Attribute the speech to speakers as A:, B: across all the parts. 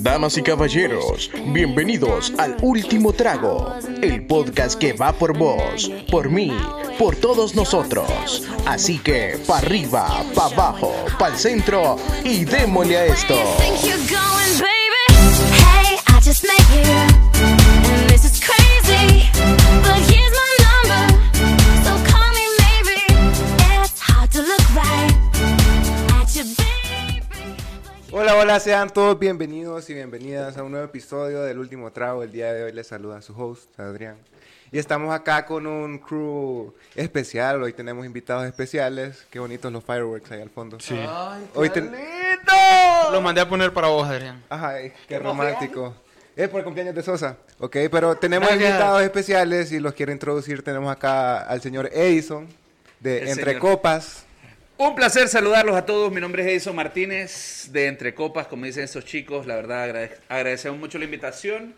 A: Damas y caballeros, bienvenidos al Último Trago, el podcast que va por vos, por mí, por todos nosotros. Así que, pa' arriba, pa' abajo, pa' el centro y démosle a esto.
B: Hola, hola, sean todos bienvenidos y bienvenidas a un nuevo episodio del Último Trago. El día de hoy les saluda su host, Adrián. Y estamos acá con un crew especial. Hoy tenemos invitados especiales. Qué bonitos los fireworks ahí al fondo. Sí. Hoy ten-
C: Lo mandé a poner para vos, Adrián.
B: Ay, qué romántico. Es por el cumpleaños de Sosa. Ok, pero tenemos
C: Gracias.
B: invitados especiales y los quiero introducir. Tenemos acá al señor Edison de
D: El
B: Entre
D: señor.
B: Copas.
D: Un placer saludarlos a todos. Mi nombre es Edison Martínez de Entre Copas, como dicen esos chicos. La verdad, agrade- agradecemos mucho la invitación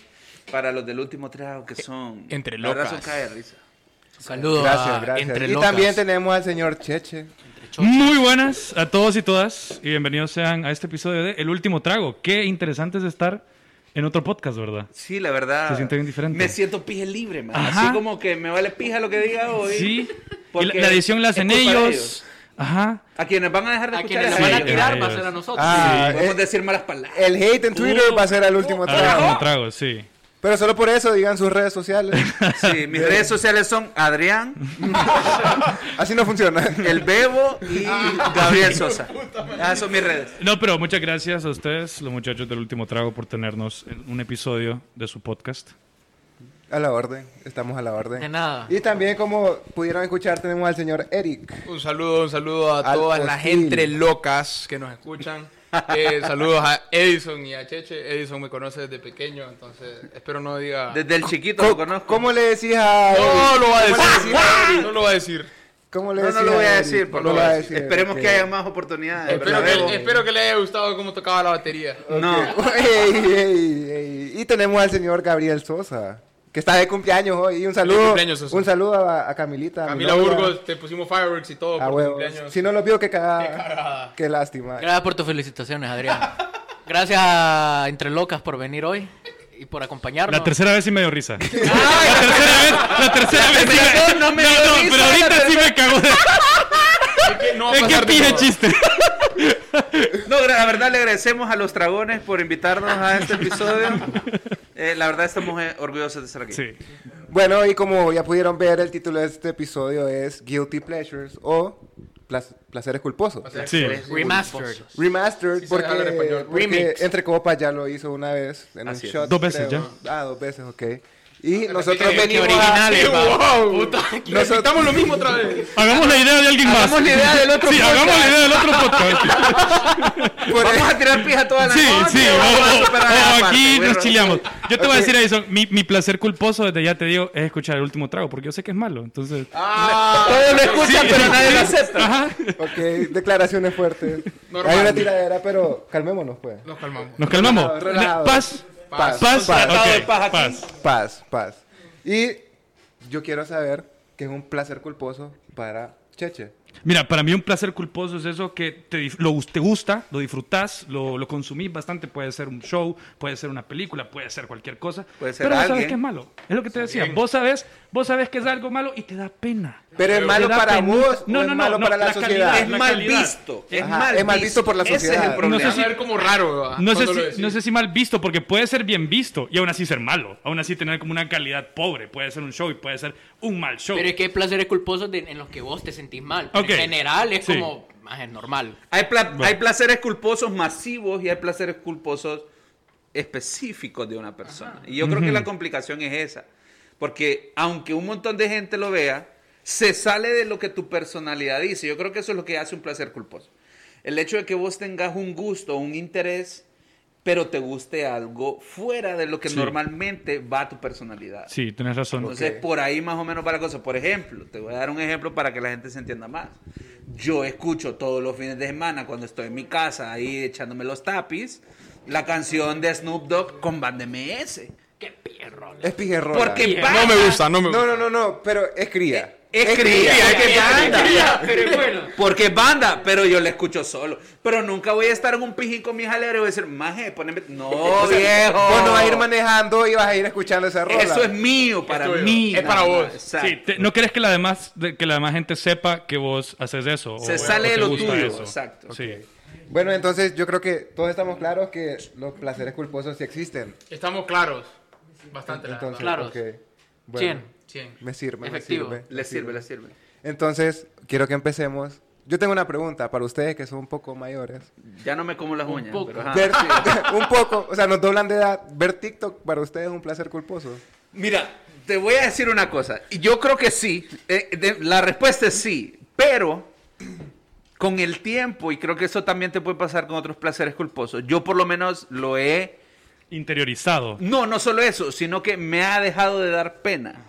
D: para los del último trago que son.
C: E, Entre
D: la verdad,
C: locas.
D: son cae de risa.
E: Ah,
C: Saludos
B: Gracias, gracias.
C: Entre
B: y también tenemos al señor Cheche.
F: Muy buenas a todos y todas y bienvenidos sean a este episodio de El Último Trago. Qué interesante es estar en otro podcast, ¿verdad?
D: Sí, la verdad.
F: Se siente bien diferente.
D: Me siento pije libre, man.
F: Ajá.
D: Así como que me vale pija lo que diga hoy.
F: Sí. Y la,
D: Porque
F: la edición la hacen
D: es culpa de
F: ellos.
D: ellos.
F: Ajá.
D: A quienes van a dejar de
C: A
D: escuchar
C: quienes la
D: es
C: van a
D: ellos.
C: tirar
F: Ay,
C: va a
F: Dios.
C: ser a nosotros.
B: Ah,
D: Podemos
B: eh,
D: decir malas palabras.
B: el hate en Twitter va a ser al último
F: Al
B: trago.
F: último trago, sí.
B: Pero solo por eso digan sus redes sociales.
D: Sí, mis redes sociales son Adrián,
B: Así no funciona.
D: El Bebo y Gabriel Sosa. Ah, son mis redes.
F: No, pero muchas gracias a ustedes, los muchachos del Último Trago, por tenernos en un episodio de su podcast.
B: A la orden, estamos a la orden.
C: De nada.
B: Y también como pudieron escuchar tenemos al señor Eric.
E: Un saludo, un saludo a
B: Al
E: todas las
B: hostil.
E: entre locas que nos escuchan. Eh, saludos a Edison y a Cheche. Edison me conoce desde pequeño, entonces espero no diga.
D: Desde el chiquito lo
B: Co-
D: conozco.
B: ¿Cómo le decís a Eric?
E: No lo va a
B: ¿Cómo le
E: decir.
B: decís-
E: No lo va a decir.
B: ¿Cómo le
D: No, no
B: decís
D: lo voy a
B: Eric?
D: decir, por
B: No lo
D: favor.
B: va a decir,
D: Esperemos
B: ok.
D: que haya más oportunidades. pero
E: Espero
D: la
E: que,
D: vemos.
E: espero que le haya gustado cómo tocaba la batería.
D: No.
B: Ey, ey, ey. Y tenemos al señor Gabriel Sosa, que está de cumpleaños hoy. Y un saludo,
E: cumpleaños, Sosa.
B: un saludo a, a Camilita. a mi
E: Camila
B: novia.
E: Burgos, te pusimos fireworks y todo
B: A
E: por tu
B: huevos.
E: cumpleaños.
B: Si no lo vio, qué cagada.
E: Qué cagada.
B: Qué lástima.
C: Gracias por tus felicitaciones, Adrián. Gracias a Entre Locas por venir hoy y por acompañarnos.
F: La tercera vez sí me dio risa. La tercera vez, la tercera vez. sí
D: tercera no me dio risa,
F: pero
D: la
F: ahorita sí me cagó.
E: Es que Eh, no va a
F: Es que
E: pasar de
F: pilla
E: todo.
F: chiste.
D: No, gra- la verdad le agradecemos a los dragones por invitarnos a este episodio. Eh, la verdad estamos eh, orgullosos de estar aquí.
F: Sí.
B: Bueno, y como ya pudieron ver, el título de este episodio es Guilty Pleasures o Plas- Placeres Culposos.
F: Sí.
C: Remastered.
B: Remastered,
E: Sí, se habla en
B: porque,
E: español.
B: porque
C: Remix.
B: Entre Copas ya lo hizo una vez en un
D: Así es.
B: shot.
F: Dos veces
B: creo. Ah, dos veces, ok. Y nosotros
E: Qué- qué
B: venimos a...
C: originales, va.
E: Wow.
C: Puta,
E: Necesitamos lo mismo otra vez.
F: Hagamos la idea de alguien más.
C: Hagamos la idea del otro
F: sí,
C: podcast.
F: hagamos la idea del otro podcast.
B: por-
D: Vamos a tirar pija toda la
F: Sí,
D: noche.
F: sí.
D: vamos a
F: o-
D: superar
F: o-
D: esa
F: o
D: parte,
F: aquí
D: güey,
F: nos
D: ¿no?
F: chileamos. Yo te voy a
B: Ok.
F: decir, Edison, mi, mi placer culposo, desde ya te digo, es escuchar el último trago, porque yo sé que es malo. Entonces.
D: Todos lo escuchan,
F: Sí,
D: Ah, pero
F: sí,
D: nadie
F: sí.
D: lo acepta.
F: Ajá.
B: Ok, declaraciones fuertes.
E: Normal.
B: Hay una tiradera, pero calmémonos, pues.
E: Nos calmamos.
F: Nos calmamos.
B: Relajado, relajado.
F: Paz.
B: Paz, paz.
F: Paz. ok,
D: Tratado de paz aquí.
F: paz.
B: Paz, paz. Y yo quiero saber qué es un placer culposo para Cheche.
F: Mira, para mí un placer culposo es eso que te, dif- lo, gus- te gusta, lo disfrutás, lo, lo consumís bastante. Puede ser un show, puede ser una película, puede ser cualquier cosa.
D: Puede ser
F: pero vos
D: alguien.
F: sabes que es malo. Es lo que te decía. Vos sabés, vos sabés que es algo malo y te da pena.
B: Pero es
E: Pero
B: malo
F: te da
B: para
F: penita.
B: vos,
F: No,
B: o es
F: no, no,
B: malo
F: no,
B: para la,
F: la
B: sociedad.
F: calidad.
D: Es mal visto. Es,
B: Ajá,
D: mal,
B: es mal visto por la
D: Ese es
B: sociedad.
D: el
F: No
D: problema.
F: sé
E: Vas a ver como raro.
D: Ah,
E: ¿va?
F: No sé,
E: Cuando lo
F: si,
E: decís.
F: no sé si mal visto, porque puede ser bien visto y aún así ser malo. Aún así tener como una calidad pobre. Puede ser un show y puede ser un mal show.
C: Pero es que hay placeres culposos de- en los que vos te sentís mal.
F: Ok.
C: En general es
F: Sí.
C: como más es normal.
D: Hay, pla- hay placeres culposos masivos y hay placeres culposos específicos de una persona. Y yo creo que la complicación es esa. Porque aunque un montón de gente lo vea, se sale de lo que tu personalidad dice. Yo creo que eso es lo que hace un placer culposo. El hecho de que vos tengas un gusto, un interés, pero te guste algo fuera de lo que
F: Sí.
D: normalmente va tu personalidad.
F: Sí, tienes razón.
D: Entonces, por ahí más o menos va la cosa. Por ejemplo, te voy a dar un ejemplo para que la gente se entienda más. Yo escucho todos los fines de semana cuando estoy en mi casa ahí echándome los tapis la canción de Snoop Dogg con Band MS.
C: Qué perro.
B: Es pijerrola.
D: Porque
E: No me gusta, no me gusta.
B: No, no, no, no, pero es cría.
D: Es cría, es que banda.
C: Pero bueno.
D: Porque es banda, pero yo la escucho solo. Pero nunca voy a estar en un pijín con mis aleros y voy a decir, maje, poneme. No, Oh, viejo.
B: Vos no vas a ir manejando y vas a ir escuchando esa rola.
D: Eso es mío, para
E: tuyo.
D: mí.
E: Es para
D: nada
E: vos.
D: más. Exacto.
F: Sí, te- no querés que la demás de- que la demás gente sepa que vos haces eso.
D: Se
F: o-
D: sale
F: o
D: de
F: te
D: lo
F: gusta
D: tuyo, exacto.
F: Sí.
B: Bueno, entonces yo creo que todos estamos claros que los placeres culposos sí existen.
E: Estamos claros. Bastante la
B: Entonces,
E: verdad.
C: Claros.
B: ok, bueno,
E: 100.
B: Me sirve,
C: Efectivo.
B: me sirve.
D: Le sirve, le sirve.
B: Entonces, quiero que empecemos. Yo tengo una pregunta para ustedes que son un poco mayores.
D: Ya no me como las uñas.
C: poco.
D: pero ajá.
B: Ver- un poco, o sea, nos doblan de edad. Ver TikTok para ustedes es un placer culposo.
D: Mira, te voy a decir una cosa. Y Yo creo que sí. Eh, de- la respuesta es sí. Pero con el tiempo, y creo que eso también te puede pasar con otros placeres culposos, yo por lo menos lo he...
F: Interiorizado.
D: No, no solo eso, sino que me ha dejado de dar pena.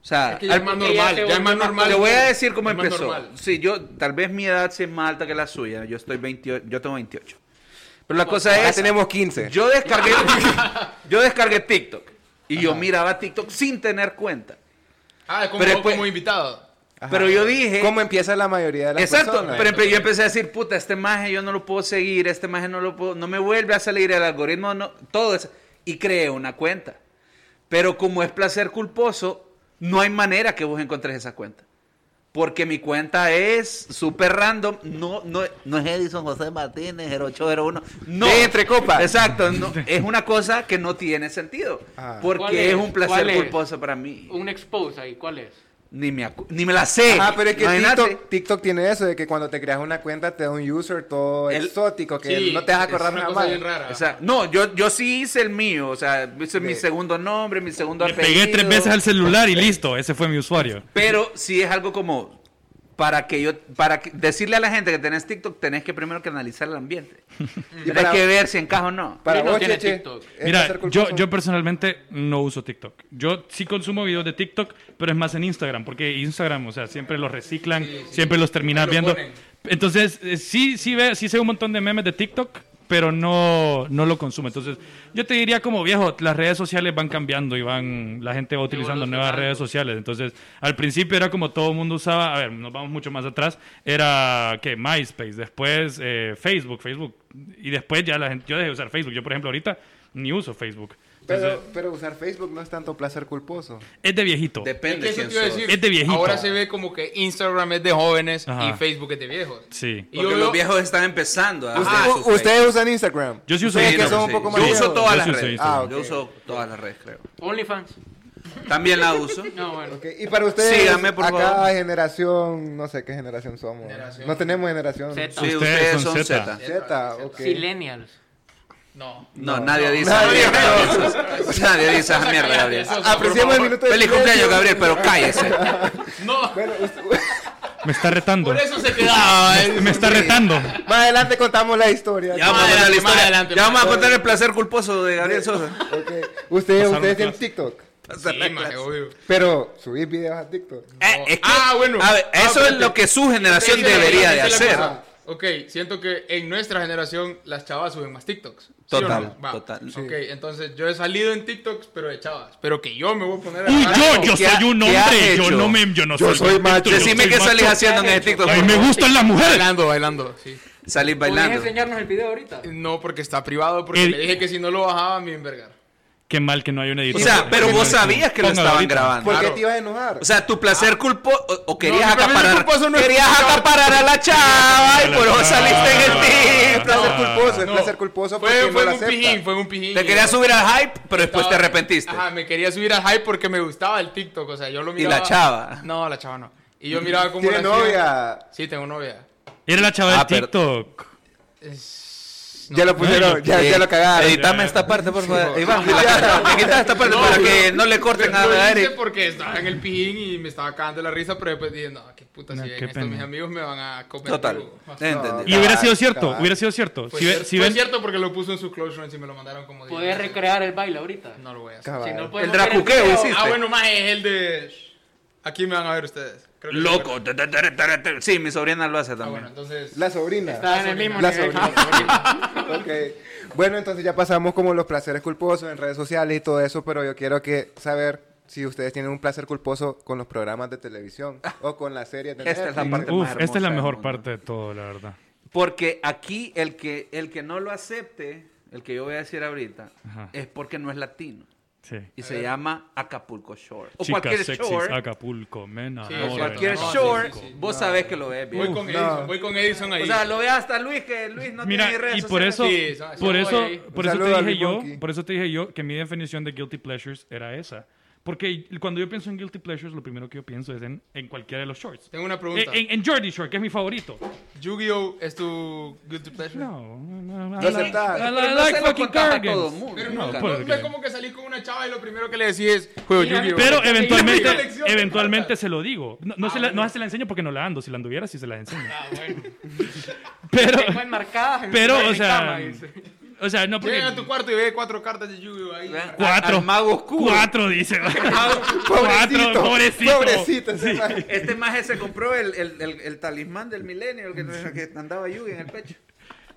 D: O sea,
E: Es que ya es más normal. Ya es más normal.
D: te voy a decir cómo
E: Es más
D: empezó.
E: normal.
D: Sí, yo, tal vez mi edad sí es más alta que la suya. Yo estoy 28, yo tengo 28. Pero la
E: Pues,
D: cosa
B: Ya
D: es...
B: tenemos 15.
D: Yo descargué, yo descargué TikTok. Y yo miraba TikTok sin tener cuenta.
E: Ah, es como,
D: Pero después-
E: como invitado.
B: Ajá.
D: Pero yo dije.
B: ¿Cómo empieza la mayoría de las
D: Exacto.
B: personas?
D: Pero empe- yo empecé a decir, puta, este maje yo no lo puedo seguir, este maje no lo puedo. No me vuelve a salir el algoritmo, no, todo eso. Y creé una cuenta. Pero como es placer culposo, no hay manera que vos encontres esa cuenta. Porque mi cuenta es súper random. No, no, no es Edison José Martínez, 0801. No.
B: De entre copas.
D: Exacto. no, es una cosa que no tiene sentido.
B: Ajá.
C: ¿Cuál
D: Porque
C: es?
D: es? un placer
C: ¿Cuál es?
D: culposo para mí.
C: Un expose ahí, ¿cuál es?
D: Ni me, acu- ni me la sé.
B: Ah, pero es que
D: Imagínate.
B: TikTok, TikTok tiene eso de que cuando te creas una cuenta te da un user todo
D: El-
B: exótico que
E: Sí,
B: no te vas a
E: es
B: acordar
E: una
B: nada
E: cosa
B: más.
E: bien rara.
D: O sea, no, yo, yo sí hice el mío, o sea, hice mi
B: Ve.
D: segundo nombre, mi segundo
F: Le
D: apellido.
F: pegué tres veces al celular y listo, ese fue mi usuario.
D: Pero sí es algo como para que yo para que- decirle a la gente que tenés TikTok, tenés que primero que analizar el ambiente. tenés
B: para-
D: que ver si encaja o no.
B: Para
C: Él no
B: vos,
C: tiene
B: Cheche,
C: TikTok.
B: ¿es placer
F: Mira, yo,
B: culposo?
F: yo personalmente no uso TikTok. Yo sí consumo videos de TikTok, pero es más en Instagram, porque Instagram, o sea, siempre los reciclan, siempre los terminas
E: Ahí lo
F: viendo.
E: ponen.
F: Entonces, eh, sí, sí, ve, sí sé un montón de memes de TikTok, pero no, no lo consumo. Entonces, yo te diría como viejo, las redes sociales van cambiando y van, la gente va utilizando nuevas redes sociales. Entonces, al principio era como todo el mundo usaba, a ver, nos vamos mucho más atrás, era que MySpace, después eh, Facebook, Facebook, y después ya la gente, yo dejé de usar Facebook. Yo, por ejemplo, ahorita ni uso Facebook. Entonces,
B: Pero, pero usar Facebook no es tanto placer culposo.
F: es de viejito.
D: Depende
E: Es que eso
D: quién
E: te iba a
D: sos.
E: decir.
F: Es de viejito.
E: Ahora se ve como que Instagram es de jóvenes y
F: Ajá.
E: Facebook es de viejos.
F: Sí.
E: Y
D: Porque
E: yo veo-
D: los viejos están empezando a
B: Usted-
D: a
B: u-
D: su Facebook.
B: ustedes usan Instagram.
F: Yo sí uso
B: Ustedes que
F: Instagram,
B: son un
F: sí.
B: poco más
D: Yo
B: viejos.
D: uso todas
F: Yo
D: las
F: sí uso
D: redes.
F: Instagram.
B: Ah, ok.
D: Yo uso todas las redes, creo.
C: OnlyFans.
D: También la uso.
C: No, bueno.
B: Ok, Y para ustedes,
D: Síganme, por
B: acá
D: favor.
B: generación, no sé qué generación somos.
E: Generación.
B: No tenemos generación
C: Z.
D: Sí,
F: Ustedes
D: ustedes
F: son
D: son
F: Zeta.
D: Z.
B: Z, ok.
C: Silenials.
E: No.
D: No, nadie dice.
B: Nadie,
D: Nadie dice esa mierda, Gabriel.
E: Eso-
B: Apreciamos el minuto de
D: Feliz
B: silencio.
D: cumpleaños, Gabriel, pero cállese.
E: No.
B: Bueno, us-
F: Me está retando.
E: Por eso se quedaba. él.
F: Me está retando.
B: más adelante contamos la historia.
D: Ya vamos a contar la
E: adelante, más
D: historia.
E: adelante,
D: ya
E: más
D: vamos a contar el placer culposo de Gabriel Sosa.
B: Ok. Ustedes,
F: Pasaron
B: ustedes tienen
F: clase.
B: TikTok,
E: Sí, maje, obvio.
B: pero subís videos a Tiktok.
D: Eh, es que-
E: Ah, bueno.
D: a ver,
E: Ah,
D: eso es
E: espérate.
D: lo que su generación
E: Esa es la-
D: debería de
E: esa es la
D: hacer.
E: cosa. Ok, siento que en nuestra generación las chavas suben más TikToks. ¿sí
D: Total,
E: o no? Va.
D: total. Sí.
E: Ok, entonces yo he salido en TikToks, pero de chavas. Pero que yo me voy a poner a
F: Uy,
E: grabar.
F: yo, yo
D: ¿Qué ha-
F: soy un
D: qué ha
F: hombre. Yo
D: hecho?
F: no me, yo no
B: Yo soy
F: perfecto,
B: macho.
F: yo
D: Decime
F: soy
D: qué salís
F: macho.
D: haciendo en el TikTok.
F: A mí me gustan las mujeres.
E: Bailando, bailando, sí.
D: Salís
C: ¿Podrías
D: bailando.
C: enseñarnos el video ahorita?
E: No, porque está privado, porque
F: El-
E: le dije que si no lo bajaba me iba a envergar.
F: Qué mal que no hay una
D: O
F: edición.
D: sea, pero
F: Que no
D: vos
F: hay-
D: sabías que lo
F: Póngalo
D: estaban
F: ahorita.
D: grabando.
B: ¿Por qué
E: Claro.
B: te ibas a enojar?
D: O sea, tu placer culposo o querías
E: Ah. mi placer
D: acaparar,
E: culposo no es
D: querías
E: culpable.
D: acaparar a la chava y por eso saliste en el
F: No,
D: TikTok.
E: Ah.
B: placer culposo, es
E: No.
B: placer culposo
E: Fue,
B: porque
E: fue
B: no lo
E: en un
B: acepta.
E: pijín, fue en un pijín.
D: Te querías subir al hype, pero después te
E: Estaba-
D: arrepentiste.
E: Ajá, me quería subir al hype porque me gustaba el TikTok, o sea, yo lo
D: Y
E: miraba.
D: la chava.
E: No, la chava no. Y yo miraba como
B: Tiene novia.
E: Sí, tengo novia.
F: Era la chava
D: Ah, pero-
F: del TikTok.
B: Ya lo pusieron, ya,
D: Eh,
B: ya lo cagaron.
D: Editame
F: Ya.
D: esta parte, por favor. Iván, me la- me quitas esta parte para que no le corten
E: Pero
D: a
E: lo hice
D: Eric.
E: porque estaba en el pijín y me estaba cagando la risa, pero después dije, no, qué puta,
F: No,
E: si
F: qué
E: ven esto,
F: pena.
E: mis amigos me van a comer.
D: Total.
E: vivo.
D: Entendí.
F: Y hubiera sido
B: Cabal,
F: cierto,
B: cabal.
F: hubiera sido cierto.
E: Fue,
F: Si ve-
E: cier-
F: si
E: fue
F: ven-
E: cierto porque lo puso en su close friends y me lo mandaron como diez
C: ¿Podés
E: veces.
C: recrear el baile ahorita?
E: No lo voy a hacer.
B: Cabal.
C: Si no
D: El
C: podemos ver
D: dracuqueo
C: video-
D: hiciste.
E: Ah, bueno, más es el de... Aquí me van a ver ustedes. Creo que se acuerdan.
D: Loco. Sí, mi sobrina lo hace
E: Ah, bueno,
D: también.
E: entonces...
B: La sobrina.
C: Está en el mismo
B: La
C: nivel.
B: sobrina. ok. Bueno, entonces ya pasamos como los placeres culposos en redes sociales y todo eso, pero yo quiero que saber si ustedes tienen un placer culposo con los programas de televisión o con las series de
D: Esta es la
B: Netflix.
D: parte
F: Uf,
D: más hermosa
F: esta es la
D: del
F: mejor
D: mundo.
F: parte de todo, la verdad.
D: Porque aquí el que, el que no lo acepte, el que yo voy a decir ahorita,
F: Ajá.
D: es porque no es latino.
F: Sí.
D: Y se llama Acapulco Shore. O
F: Chicas
D: cualquier
F: sexys,
D: shore.
F: Acapulco, mena.
E: Sí,
F: ahora,
D: Cualquier
F: ¿no?
E: No, sí,
D: shore,
E: sí, sí.
D: vos sabés que lo ves bien.
E: Voy con Edison, voy con Edison ahí.
D: O sea, lo ve hasta Luis, que Luis no
F: Mira,
D: tiene redes
F: y por eso,
E: sociales. Sí, sí,
F: por
E: voy
F: eso,
E: ahí.
F: por
B: Un
F: eso
B: saludo
F: te
B: a
F: dije
B: mi
F: yo,
B: monkey.
F: por eso te dije yo que mi definición de guilty pleasures era esa. Porque cuando yo pienso en guilty pleasures, lo primero que yo pienso es en, en cualquiera de los shorts.
E: Tengo una
F: Eh,
E: pregunta.
F: En, en Jordi Short, que es mi favorito.
E: ¿Yu-Gi-Oh! es tu guilty pleasure?
F: No, no,
B: Lo
F: no. I like-
B: aceptás.
F: I
D: Pero no
F: like
D: se lo
F: fucking
D: contás a
F: card
D: todo
F: games.
D: mundo.
E: Pero
F: No,
E: no, no,
F: por-
E: no es como que salís con una chava y lo primero que le decís es juego Yu-Gi-Oh!
F: Pero
E: Y
F: eventualmente,
E: una colección de
F: eventualmente
E: cartas.
F: se lo digo. No, no se la, no se la enseño porque no la ando. Si la anduviera, sí se la enseño.
E: Ah, bueno.
F: Pero,
E: Tengo enmarcadas en
F: pero,
E: en
F: o
E: mi cama,
F: sea,
E: dice.
F: o sea, no porque
E: Llega a tu cuarto y ve cuatro cartas de Yu-Gi-Oh! ahí.
D: Vean.
F: cuatro,
D: al mago oscuro.
F: cuatro dice,
B: Pobrecito,
F: cuatro, pobrecito,
B: pobrecito, ese man.
D: Este maje se compró el, el, el, el talismán del milenio, el que, que andaba Yugi en el pecho.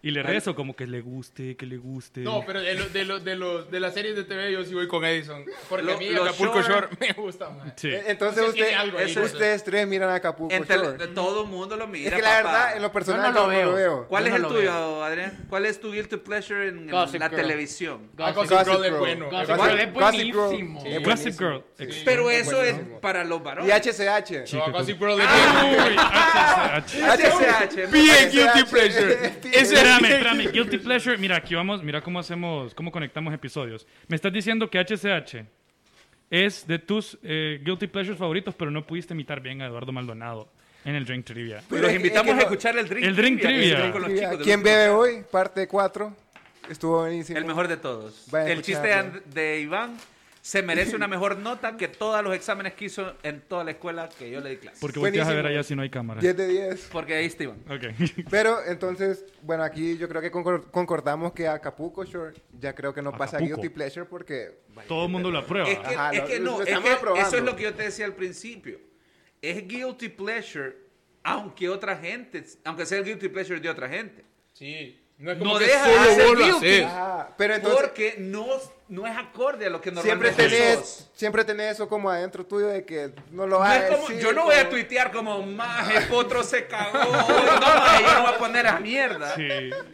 F: y le rezo como que le guste, que le guste.
E: No, pero de, lo- de, lo- de, los, de las series de TV yo sí voy con Edison. Porque
D: Lo-
E: a mí
D: los
E: Acapulco Shore,
D: Shore-
E: me gusta más.
F: Sí.
B: Eh, Entonces
E: Eso tiene
B: usted-
E: algo ahí,
B: eso-
E: ¿no?
B: ustedes tres miran Acapulco
C: Pues
D: En tele-
B: Shore.
D: todo el mundo lo mira.
B: Es que la
D: papá.
B: verdad, en lo personal
C: Yo no lo
B: no
C: veo.
B: lo veo.
D: ¿Cuál
C: Yo
D: es
C: no
D: el
C: lo
D: tuyo,
C: veo.
D: Adrián? ¿Cuál es tu guilty pleasure en, en
C: Gossip
D: la
C: Girl.
D: televisión?
E: Ah,
C: Gossip
E: Gossip
B: Gossip
E: Girl es
B: Girl.
E: bueno.
C: Gossip
E: Gossip
C: Girl
E: Girl-
C: es
B: Gossip Girl.
C: buenísimo.
E: eh,
B: Sí, es
F: Gossip
B: buenísimo.
F: Girl. ex-
D: Pero eso
C: pues,
D: es para los
B: Y
D: varones.
B: HCH.
E: No, Gossip Girl es
F: Uy,
E: bien-
F: Ah, HCH.
D: HCH.
E: bien
B: HCH.
E: guilty pleasure. Ese es
F: Espérame, espérame. Guilty pleasure. Mira, aquí vamos. Mira cómo hacemos, cómo conectamos episodios. Me estás diciendo que HCH es de tus eh, guilty pleasures favoritos, pero no pudiste imitar bien a Eduardo Maldonado en el Drink Trivia.
D: Los invitamos a escuchar el Drink
F: El Drink Trivia.
D: que es con los chicos de
B: ¿Quién
D: Luis
B: bebe
D: Comunica.
B: hoy? Parte 4. Estuvo buenísimo.
D: El mejor de todos.
B: Vayan a
D: el chiste de,
B: escucharlo.
D: And- de Iván se merece una mejor nota que todos los exámenes que hizo en toda la escuela que yo le di clase.
F: Porque volteas a ver
B: Buenísimo.
F: allá si no hay cámara.
B: 10 de 10.
D: Porque ahí está Iván.
F: Ok.
B: Pero entonces, bueno, aquí yo creo que concor- concordamos que Acapulco Shore ya creo que no pasa
F: Acapulco.
B: Guilty Pleasure porque...
F: Todo el mundo lo aprueba.
D: Es que,
B: Ajá,
D: es
B: lo-
D: que
B: lo-
D: no,
B: lo
D: es
B: estamos
D: que
B: aprobando.
D: eso es lo que yo te decía al principio. Es guilty pleasure, aunque otra gente, aunque sea el guilty pleasure de otra gente.
E: Sí. No es
D: No
E: como que
D: deja de hacer
E: solo vos lo
D: guilty.
E: haces.
B: Ajá, pero entonces
D: porque no, no es acorde a lo que
B: siempre
D: normalmente
B: tenés,
D: sos.
B: siempre tenés eso como adentro tuyo de que no lo
D: No
B: vas
D: es
B: a
D: como-
B: decir,
D: yo no voy a
B: como-
D: tuitear como, maje, potro se cagó. No, maje, yo no voy a poner a mierda.
F: Sí.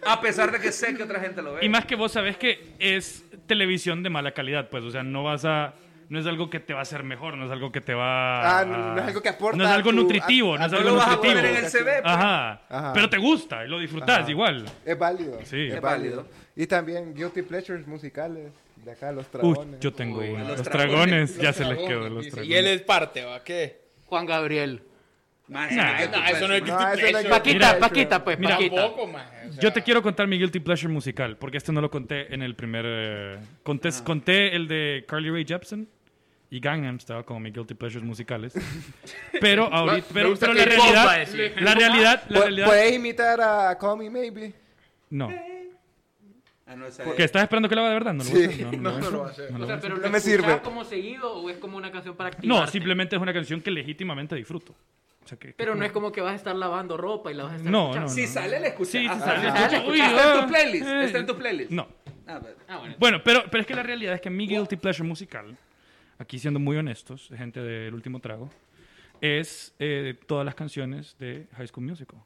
D: A pesar de que sé que otra gente lo ve.
F: Y más que vos sabés que es televisión de mala calidad, pues, o sea, no vas a... No es algo que te va a hacer mejor, no es algo que te va...
B: Ah, no- no es algo que aporta
F: No es algo
B: a tu-
F: nutritivo,
B: a-
F: no es
B: a-
F: algo
D: no lo vas a
F: nutritivo.
D: poner en el CV. pues.
F: Ajá.
B: Ajá.
F: Pero te gusta y lo disfrutás
B: Ajá.
F: igual.
B: Es válido.
F: Sí.
B: Es
F: Es
B: válido.
D: válido.
B: Y también Guilty Pleasures musicales. De acá, los
F: Uy,
B: dragones.
F: yo tengo
D: Uy,
F: uno.
D: los
F: Los,
D: dragones.
F: dragones, ya se les quedó los
E: Dice,
F: dragones.
E: Y él es parte, ¿va? ¿Qué?
C: Juan Gabriel.
D: Maje,
F: Nah,
D: que tu
E: No, eso no es
D: pleasure.
B: No, eso no es
E: guilty pleasure.
B: guilty
C: Paquita,
F: Mira,
C: Paquita, pues,
F: mira,
C: Paquita.
E: Tampoco, maje, o sea,
F: Yo te quiero contar mi guilty pleasure musical, porque este no lo conté en el primer... eh, conté, conté el de Carly Rae Jepsen y Gangnam Style como mis guilty pleasures musicales. Pero ahorita...
E: Me
F: Pero,
E: gusta
F: pero
E: que
F: la,
E: vos
F: realidad,
E: va a decir.
F: la realidad... La
B: Pu-
F: realidad...
B: Puedes imitar a Call Me Maybe.
F: No.
D: Ah, no, esa
F: ¿Que
D: es.
F: estás esperando que lo haga de verdad? No, lo voy a hacer, no, no lo
E: No,
F: voy a
E: no
F: hacer.
E: lo va a hacer.
C: O sea, pero
B: No
C: ¿lo
B: me
C: escuchás
B: sirve.
C: como seguido o es como una canción para
F: No,
C: activarte?
F: simplemente es una canción que legítimamente disfruto. O sea, que-
C: Pero no es como que vas a estar lavando ropa y la vas a estar
F: No,
C: escuchando.
F: no,
D: Si
F: no.
D: sale, la escuché.
F: Sí, sí,
C: sale,
F: sale.
C: ah,
F: Escucha,
C: ah,
F: uy,
D: Está en
F: ah,
D: tu playlist.
F: eh,
D: Está en tu playlist.
F: No.
D: Ah, bueno.
C: Ah, bueno.
F: Bueno, pero, pero es que la realidad es que mi guilty pleasure musical, aquí siendo muy honestos, gente del último trago, es eh, todas las canciones de High School Musical.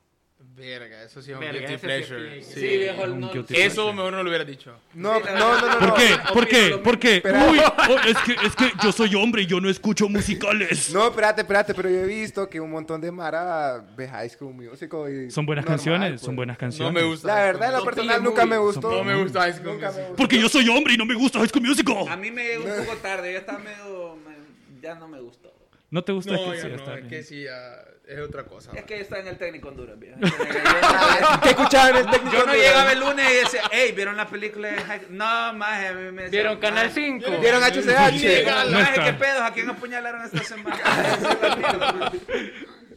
E: Verga, eso sí es un
C: Verga,
E: guilty
C: ese sí
E: pleasure.
C: es
E: Sí.
C: guilty.
D: Sí, viejo,
F: Es un
D: no-
F: guilty
E: Eso
F: pleasure.
E: mejor no lo hubiera dicho.
B: No, no, no, no.
F: ¿Por
B: no.
F: qué? ¿Por qué?
D: mismo.
F: ¿Por qué?
B: Espera.
F: Uy, oh, es, que, es que yo soy hombre y yo no escucho musicales.
B: No, espérate, espérate, pero yo he visto que un montón de Mara ve High School Musical y
F: Son buenas
B: normal,
F: canciones,
B: pues.
F: son buenas
E: No
F: canciones.
E: me gusta.
B: La verdad, en lo
E: No,
B: personal
E: Teen
B: nunca
E: Movie.
B: me gustó.
E: No me gusta Ice Cream.
B: Nunca me gustó.
F: Porque yo soy hombre y no me gusta High School
D: A
F: Musical.
D: mí me llegó un poco tarde. Ya está medio. me- Ya no me gustó.
F: No te gusta
E: No,
F: es
E: yo
F: que sí,
E: no,
F: está
E: es
F: bien.
E: que sí, ah, es otra cosa.
D: Es
E: va.
D: que está en el técnico Honduras, viejo.
B: ¿Qué escuchaba en el técnico?
D: Yo no
B: Honduras?
D: llegaba el lunes y decía, hey, ¿vieron la película de High- No, más, a mí me decían,
E: Ah,
C: ¿Vieron Canal
D: "Maje,
C: 5?
B: ¿Vieron HCH?
D: Maje,
F: No está.
D: ¿qué pedos? ¿A quién apuñalaron esta semana? Esa es la mierda.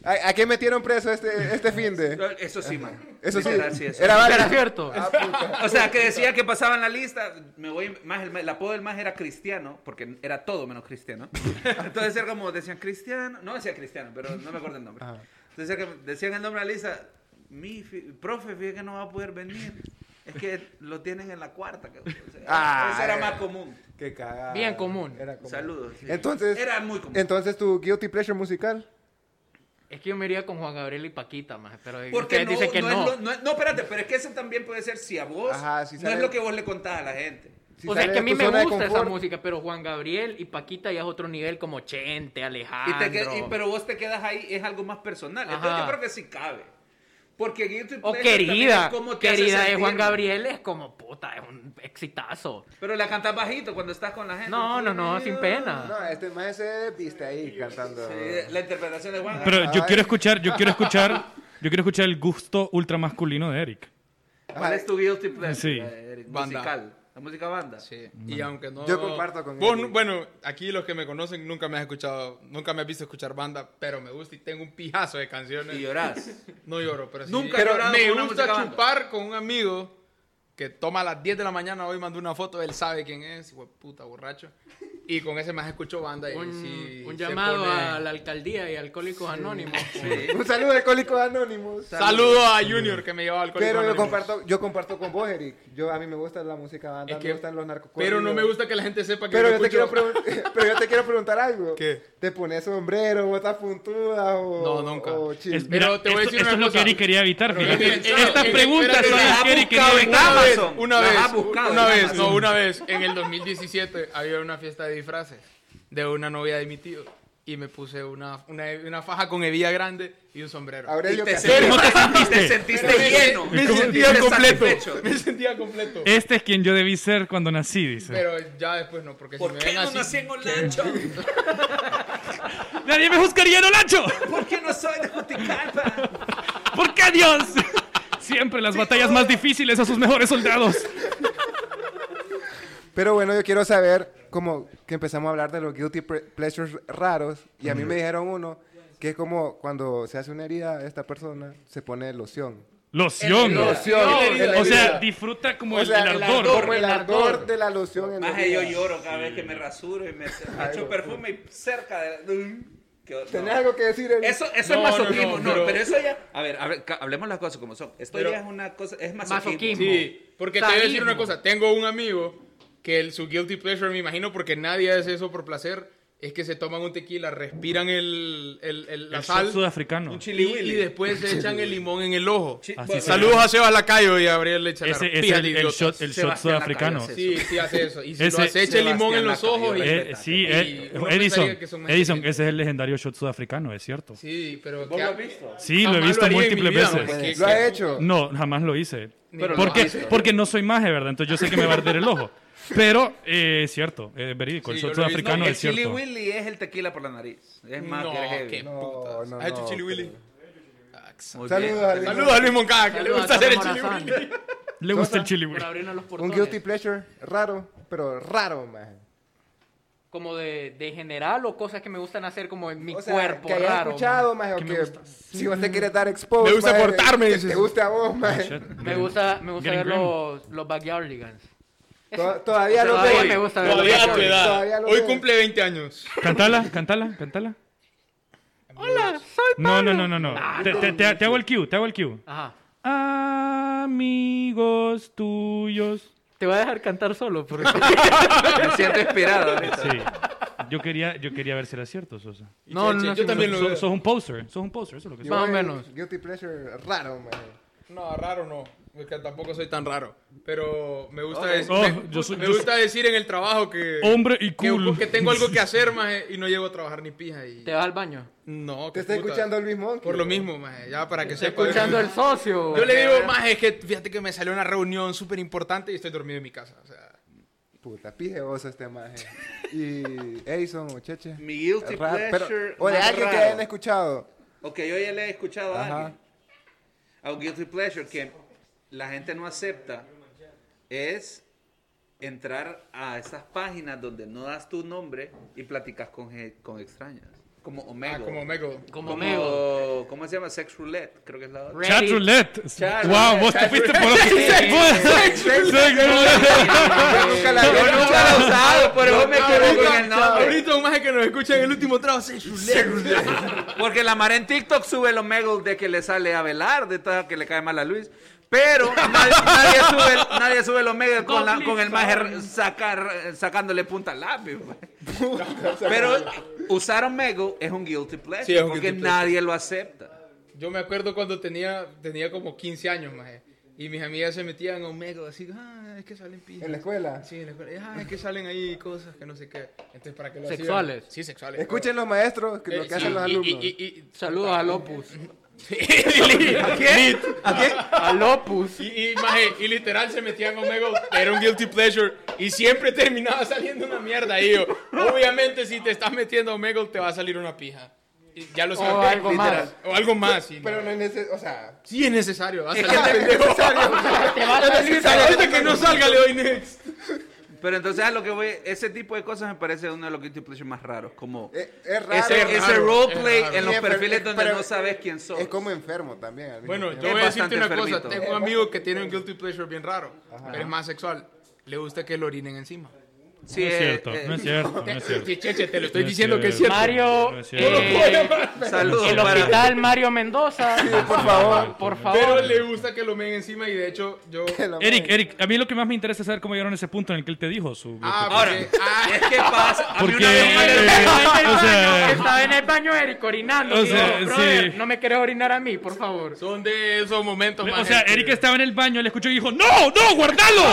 B: ¿A, a qué metieron preso este, este fin de?
D: Eso sí, man.
B: Eso sí,
D: Literal, eso
B: era
D: sí.
B: válido.
C: Era cierto.
D: Ah, O sea, que decía que pasaba en la lista, me voy, más el, el apodo del más era cristiano, porque era todo menos cristiano. Entonces era como, decían cristiano, no decía cristiano, pero no me acuerdo el nombre. Entonces era que decían el nombre de la lista, mi fi- profe, fíjate que no va a poder venir. Es que lo tienen en la cuarta. que- o sea,
B: Ah,
D: eso era
B: eh.
D: más común.
B: Qué cagada.
G: Bien común.
B: Era común.
D: Saludos. sí.
B: Entonces,
D: Era muy común.
B: entonces tu guilty pleasure musical.
G: Es que yo me iría con Juan Gabriel y Paquita, más, pero
D: Porque
G: ustedes
D: no,
G: dicen que
D: no,
G: no.
D: es lo- no es- no, espérate, pero es que eso también puede ser si a vos
B: Ajá, si
D: no
B: sale-
D: es lo que vos le contás a la gente.
B: Si
G: o sea, es
B: sales
G: que a
B: de
G: mí
B: tu
G: me
B: zona de
G: gusta esa
B: confort,
G: música, pero Juan Gabriel y Paquita ya es otro nivel como Chente,
D: Y
G: Alejandro.
D: te que- y- pero vos te quedas ahí, es algo más personal. Entonces
G: Ajá.
D: yo creo que sí cabe. Porque Guilty Pleasure
G: O
D: también
G: querida,
D: es cómo te hace
G: querida de
D: sentir,
G: Juan
D: ¿no?
G: Gabriel es como puta, es un exitazo.
D: Pero la cantas bajito cuando estás con la gente.
G: No, no, no, sin pena.
B: No, este más se viste ahí cantando.
D: Sí, la interpretación de Juan
F: Pero yo
B: Ay.
F: quiero escuchar, yo quiero escuchar, yo quiero escuchar el gusto ultra masculino de Eric.
D: ¿Cuál es tu guilty pleasure?
F: Sí.
D: Eric?
E: Banda.
D: Musical. La música banda.
E: Sí. Y aunque no.
B: Yo comparto con
E: Vos
B: él.
E: nu- Bueno, aquí los que me conocen nunca me has escuchado, nunca me has visto escuchar banda, pero me gusta y tengo un pijazo de canciones.
D: Y llorás.
E: No lloro, pero sí.
D: Nunca he
E: pero
D: llorado
E: me
D: con una
E: gusta
D: música banda.
E: chupar con un amigo que toma a las 10 de la mañana, hoy mandó una foto, él sabe quién es, hijo de puta, borracho. Y con ese más escucho banda y
G: Un,
E: sí
G: un
E: se
G: llamado
E: pone-
G: a la alcaldía y Alcohólicos Anónimos.
B: Un saludo alcohólico anónimos.
E: Saludo a Junior que me llevaba al colegio.
B: Pero yo comparto, yo comparto con vos, Eric. Yo, a mí me gusta la música banda,
E: Es que-
B: me gustan los narcocorridos.
E: Pero no me gusta que la gente sepa que
B: Pero
E: yo
B: yo, te quiero
E: escucho-
B: pregun- pero yo te quiero preguntar algo.
E: ¿Qué?
B: ¿Te pones sombrero, botas puntudas o,
E: No, nunca.
B: o chin-
F: Es-
E: Pero
F: mira,
E: te voy a
F: esto,
E: decir una
F: esto es lo que
E: cosa.
F: Eric quería evitar.
E: Pero
F: fíjate.
E: bien pensado.
F: Estas
D: Eh,
E: Bien,
F: preguntas eh, son
E: espérate,
F: las
E: la
F: que Eric quería
D: buscaba,
F: evitar.
E: Una vez,
D: Amazon.
E: una
D: Las
E: vez,
D: has buscado
E: una
D: en
E: vez,
D: Amazon.
E: no, una vez, en el 2017 había una fiesta de disfraces de una novia de mi tío y me puse una, una, una faja con hebilla grande y un sombrero.
B: Aurelio
D: te
B: Castillo.
F: ¿Cómo te
D: Te
F: sentiste?
D: sentiste
E: Me-
D: lleno.
E: Me,
D: Te
E: sentía
D: sentiste
E: completo,
D: satisfecho.
E: me sentía completo.
F: Este es quien yo debí ser cuando nací, dice.
E: Pero ya después no, porque si
D: ¿Por
E: me
D: qué
E: ven
D: no
E: así,
D: nací en Olancho?
F: Nadie me juzgaría, no Nacho.
D: ¿Por qué no soy de Juticalpa?
F: ¿Por qué Dios? Siempre las batallas más difíciles a sus mejores soldados.
B: Pero bueno, yo quiero saber, como que empezamos a hablar de los guilty pre- pleasures raros, y a mí me dijeron uno, que es como cuando se hace una herida a esta persona, se pone loción.
F: Loción.
B: Loción.
F: O sea, disfruta como
B: O
F: el,
B: sea,
F: el
B: el
F: ardor.
B: como el ardor de la loción en la
D: Maje, yo
B: herida.
D: lloro cada vez que me rasuro y me echo perfume y cerca de... Que-
B: ¿Tenés
D: no.
B: algo que decir? Eric?
D: Eso, eso
E: No,
D: es
E: no,
D: masoquismo, no,
E: no, pero-
D: pero eso ya... A ver, a ver, ca- hablemos las cosas como son. Esto
E: Pero-
D: ya es una cosa... Es masoquismo.
G: Masoquismo.
E: Sí, porque te voy a decir una
G: Sadismo.
E: cosa. Tengo un amigo que el, su guilty pleasure, me imagino, porque nadie hace eso por placer, es que se toman un tequila, respiran el, el, el- la
F: El
E: sal
F: shot sudafricano.
D: Un
E: y,
D: chili
E: y
D: willy.
E: después se echan el limón en el ojo.
D: Chi-
F: Así
D: bueno,
F: se-
E: Saludos a Sebas Lacayo y a Gabriel Echalar.
F: Ese es
E: Fíjate,
F: el, el
E: idiota.
F: shot, el shot
D: Sebastián
F: sudafricano.
D: Lacalle,
E: Sí, sí hace eso. Y si
F: Ese-
E: lo hace, echa el limón en los
D: Sebastián
E: ojos. y-
D: Lacayo,
F: Eh, sí, eh,
E: Y uno
F: Edison,
E: pensaría que son más
F: Edison,
E: inteligentes.
F: ese es el legendario shot sudafricano, es cierto.
E: Sí, pero...
D: ¿Vos
E: que-
D: lo has visto?
F: Sí,
E: Jamás
F: lo he visto
E: haría en
F: múltiples
E: mi vida,
F: veces.
E: hombre, que-
B: ¿Lo ha
E: que-
B: hecho?
F: No, jamás lo hice.
E: Pero
F: ¿Por
E: lo
F: qué?
E: has visto.
F: Porque no soy maje, ¿verdad? Entonces yo sé que me va a arder el ojo. Pero eh, es cierto, es verídico.
E: Sí,
F: el shot
E: yo lo he visto.
F: sudafricano
D: el
F: es
D: chili
F: cierto.
D: willy es el tequila por la nariz. Es más
E: No,
D: que heavy.
E: qué
B: No,
E: putas.
B: no,
E: ¿Has hecho
B: no,
E: chili
B: pero-
E: willy?
D: Muy
B: Saludos
D: bien.
B: a Luis.
E: Saludos a Luis Moncada, que le
G: Saludos
E: gusta
G: a
E: hacer el
G: Tano
E: chili
G: Morazán
E: willy.
F: Le gusta el chili,
G: Por
F: güey.
G: abrirnos los
B: Un
G: portones.
B: guilty pleasure raro, pero raro, man.
G: Como de, de general o cosas que me gustan hacer como en mi
B: O sea,
G: cuerpo
B: que hayas
G: raro.
B: escuchado, maje, o
F: ¿Qué me
B: que
F: gusta?
B: si vos te quieres dar expose,
E: Me gusta
B: maje,
E: portarme,
B: que
E: dices.
B: te gusta a vos, maje.
F: Oh, Shit.
G: Me gusta, me gusta
F: Getting
G: ver
F: grim.
G: los, los backyardigans.
B: To- Todavía lo
G: Todavía
B: veo.
G: me gusta ver
E: Todavía
G: los
E: a tu
G: backyardigans.
B: Todavía
E: edad.
B: lo
E: Hoy
B: veo.
E: cumple 20 años.
F: Cantala, cantala, cantala. No, no, no, no, no. Te, te- te- te hago el cue, te hago el cue.
G: Ajá.
F: Amigos tuyos.
G: Te voy a dejar cantar solo porque
D: Me siento inspirado ahorita.
F: Sí. Yo quería, yo quería ver si era cierto, Sosa.
G: No, no,
E: Yo
G: no, sí,
E: también
F: Sos,
E: lo veo.
F: sos un poser, sos un poser, eso es lo que
B: Yo
F: sos.
G: Más o
B: veo
G: menos.
B: Guilty pleasure raro, maje.
E: No, raro no. Porque tampoco soy tan raro. Pero me gusta, decir,
F: Oh,
E: me,
F: yo soy-
E: me
F: yo
E: gusta decir en el trabajo que,
F: Hombre y
E: que,
F: cool.
E: que tengo algo que hacer maje, y no llego a trabajar ni pija. Y...
G: te vas al baño.
E: No,
B: Te
E: qué
B: está
E: puta.
B: escuchando Luis Monkey.
E: Por lo mismo, maje, ya para que sepa.
G: Escuchando el socio.
E: Yo le digo, maje, es que fíjate que me salió una reunión súper importante y estoy dormido en mi casa. O sea,
B: Puta, pijeoso este maje. Y Edison o Cheche.
D: Mi guilty
B: Raro, pero-
D: pleasure
B: o de
D: más
B: alguien que
D: raro.
B: hayan escuchado.
D: Ok, yo ya le he escuchado a
B: Ajá.
D: alguien. A un guilty pleasure que la gente no acepta es entrar a esas páginas donde no das tu nombre y platicas con, ge- con extrañas. Como Omega.
E: ah, como Mego.
G: Como Mego.
D: ¿Cómo se llama? Sex Roulette, creo que es la otra.
F: Chat
G: Reddit.
F: roulette.
D: Chat
F: wow,
D: roulette,
F: vos te
D: chat
F: fuiste por
D: roulette.
F: otro. Vos- Sex roulette.
B: Yo nunca la
D: Yo
B: vi.
D: nunca lo he usado, pero yo me equivoco con el nombre.
E: Ahorita un maje que nos escucha en el último trago se
D: Porque la mara en TikTok sube los megos de que le sale a velar, de todas que le cae mal a Luis. Pero nadie, nadie sube, el- nadie sube el omega con, la-
F: Doble
D: con el maje
F: sound.
D: sacar, sacándole punta al lápiz. pues. Pero usar omega es un guilty pleasure
E: Sí, es un
D: porque
E: guilty pleasure.
D: nadie lo acepta.
E: Yo me acuerdo cuando tenía, tenía como 15 años, maje. Y mis amigas se metían a Omega, así, ah, es que salen pijas.
B: ¿En la escuela?
E: Sí, en la escuela. Ah, es que salen ahí cosas que no sé qué. Entonces, ¿para qué lo hacían?
G: Sexuales.
E: Sí, sexuales.
B: Escuchen los maestros, que
E: Eh,
B: lo que
E: sí,
B: hacen los
G: Y,
B: alumnos.
G: y- y- y saludos al Opus.
D: ¿A quién? ¿A quién?
G: Al Opus.
E: Y, y, maje, y literal se metían conmigo, era un guilty pleasure y siempre terminaba saliendo una mierda. Y yo, obviamente, si te estás metiendo a Omega, te va a salir una pija. Y ya lo sabes.
G: algo más.
E: O algo más. sí,
B: Pero
E: no.
B: no es necesario, o sea...
E: Sí es necesario. Va a
D: Es
E: salir
D: que-
E: pendejo.
G: Te va a salir
E: Ahorita que no salga, le doy next.
D: Pero entonces a lo que voy, ese tipo de cosas me parece uno de los guilty pleasures más raros. Como
B: Es, es raro.
D: ese,
E: es
D: ese
E: Eh, raro, Eh,
D: roleplay
E: es raro.
D: en los
B: Sí, pero-
D: perfiles donde
B: pero-
D: no sabes quién sos.
B: Es como enfermo también. al mismo
E: Bueno,
B: tiempo.
E: yo voy a decirte
D: bastante
E: una cosa.
D: enfermito.
E: Tengo un amigo que tiene un guilty pleasure bien raro, pero es más sexual. Le gusta que lo orinen encima.
D: Sí,
F: no es
D: eh,
F: cierto,
D: eh,
F: no es cierto, no es cierto.
E: Cheche, te lo estoy
F: No es
E: diciendo que es
F: cierto.
E: cierto.
G: Mario,
F: No es
G: eh,
F: cierto.
D: Saludos.
G: el
D: para-
G: hospital Mario Mendoza.
B: por favor.
G: Por
E: Pero
G: favor.
E: le gusta que lo meen encima y de hecho yo...
F: Eric, Eric, a mí lo que más me interesa es saber cómo llegaron a ese punto en el que él te dijo su...
E: Ah,
D: Ahora,
E: porque- ah,
D: es que pasa. A mí
F: Porque,
D: una vez me le-
F: eh,
G: Estaba en el
F: o sea-
G: baño, estaba en el baño Eric orinando.
F: O
G: y dijo,
F: sea,
G: "Brother,
F: sí.
G: No me quieres orinar a mí, por favor.
E: Son de esos momentos Este,
F: o
E: más
F: sea,
E: gente.
F: Eric estaba en el baño, le escuchó y dijo, ¡No, no, guardalo!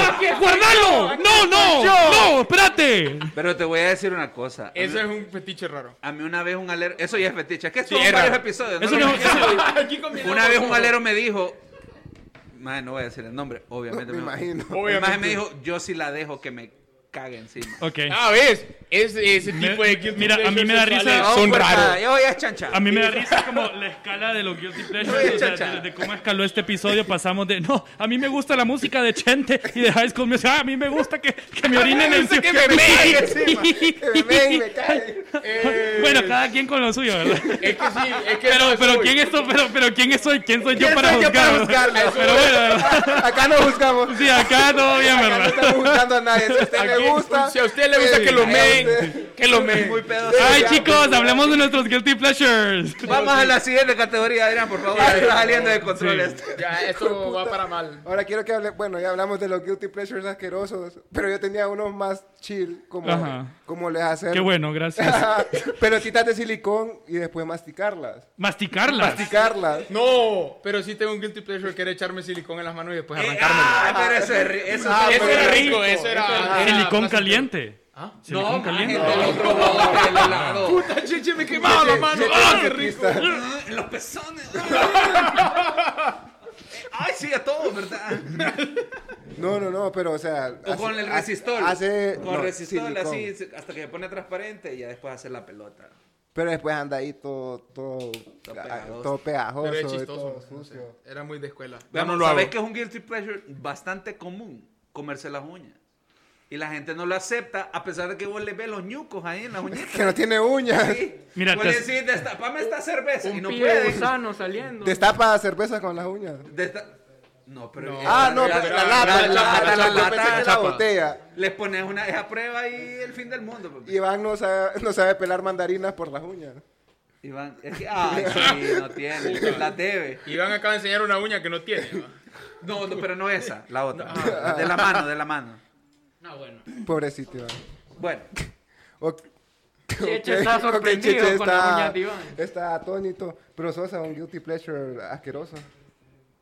F: ¡Guardalo!
G: aquí
F: ¡No, no!
G: estoy yo.
F: ¡No, espérate!
D: Pero te voy a decir una cosa. A mí-
E: Eso es un fetiche raro.
D: A mí una vez un alero, eso ya es fetiche, es que estuvo
E: Sí,
D: en
E: era.
D: varios episodios. ¿no?
F: Eso no- eso-
E: Aquí combinamos
D: Una vez un
E: todo.
D: alero me dijo, "Mae, no voy a decir el nombre, obviamente.
B: Me
D: no".
B: imagino.
D: El maje me
E: Obviamente.
D: dijo, yo sí la dejo que me cague encima.
F: Ok.
E: Ah, ¿ves? Es, ese
F: Me-
E: tipo de guilty
F: mira, a mí
E: pleasures
F: me da risa-
E: sexuales ah,
D: No,
E: Son
D: pues, nada,
E: raros.
D: Yo voy a chanchar.
F: A mí me da risa como la escala de los guilty pleasures, o sea, de, de cómo escaló este episodio, pasamos de, no, a mí me gusta la música de Chente y de High School Music, ah, a mí me gusta que, que me orinen en
E: que me meen
B: Que me ven y me caen.
E: Eh,
F: Bueno, cada quien con lo suyo, ¿verdad?
E: Es que sí, es que...
F: Pero,
E: no,
F: pero
E: soy.
F: ¿quién es pero, pero quién es- soy, quién soy yo
B: ¿Quién
F: para
B: soy yo
F: juzgar?
B: para juzgarlo?
F: ¿verdad? Pero bueno, ¿verdad?
B: Acá no buscamos.
F: sí, acá todo bien,
B: Acá no
F: ¿verdad?
B: estamos buscando a nadie. Si a usted
E: ¿A
B: le
E: quién?
B: gusta...
E: Si a usted le gusta que lo
B: eh,
E: meen, que lo meen.
D: Muy pedo.
F: Ay, chicos, hablemos de nuestros guilty pleasures.
D: Vamos a la siguiente categoría, Adrián, por favor. Está saliendo de control
F: Sí.
D: esto.
E: Ya, esto va para mal.
B: Ahora quiero que hable, bueno, ya hablamos de los guilty pleasures asquerosos, pero yo tenía unos más chill, como,
F: Ajá.
B: como les hacer
F: Qué bueno, gracias.
B: pelotitas de silicón y después masticarlas.
F: Masticarlas.
B: Masticarlas.
E: No, pero sí tengo un guilty pleasure que era echarme silicón en las manos y
F: Eh,
E: después arrancármelo.
D: Ah, pero eso es ri- eso
B: Ah,
D: es
E: eso era
D: rico.
E: rico, eso era... era
F: Silicón
E: más-
F: caliente. Silicón
G: No,
F: caliente.
G: man,
D: El otro bote, el helado.
E: Puta, chiche, me quemaba la mano. ¡Ah, qué rico!
D: Mm, Los pezones. Ay, sí, a todo, ¿verdad?
B: No, no, no, pero o sea.
D: O
B: hace-
D: con el
B: hace-
D: resistol.
B: Hace,
D: con
B: no,
D: resistol,
B: silicón.
D: así, se- hasta que se pone transparente y ya después hacer la pelota.
B: Pero después anda ahí todo, todo, ah,
D: pegajoso.
B: todo pegajoso,
E: Pero es
B: y
E: chistoso.
B: todo
E: no sé.
B: sucio.
E: Era muy de escuela.
D: Veamos,
E: no lo
D: ¿sabes
E: hago.
D: que es un guilty pleasure bastante común? Comerse las uñas. Y la gente no lo acepta, a pesar de que vos le ves los ñucos ahí en las uñitas.
B: Que no tiene uñas.
D: Sí.
F: Mira,
D: Vos
F: te-
D: le decís, destapame esta cerveza. y
G: Un
D: no
G: pibe
D: puede.
G: gusano saliendo.
B: Destapa cerveza con las uñas.
D: Desta- No, pero.
E: No.
D: eh,
B: Ah, no,
E: la-
B: pero
E: la-
B: la lata,
E: la-
B: la lata,
D: la-
B: la lata,
D: la-
B: yo pensé
D: la-
B: que la
D: chapa.
B: botella.
D: Les pones una esa prueba y el fin del mundo. pues. papi.
B: Iván no sabe, no sabe pelar mandarinas por las uñas.
D: Iván, es que, ay, sí, no tiene, la debe.
E: Iván acaba de enseñar una uña que no tiene. ¿no?
D: No, no, pero no esa, la otra. De la mano, de la mano.
G: No, bueno.
B: Pobrecito Iván.
D: Bueno,
B: Ok.
G: Cheche
B: Ok,
G: está
B: ok,
G: sorprendido
B: Cheche
G: con la
B: está-
G: uña de Iván.
B: Está atónito. Pero Sosa, un guilty pleasure asqueroso.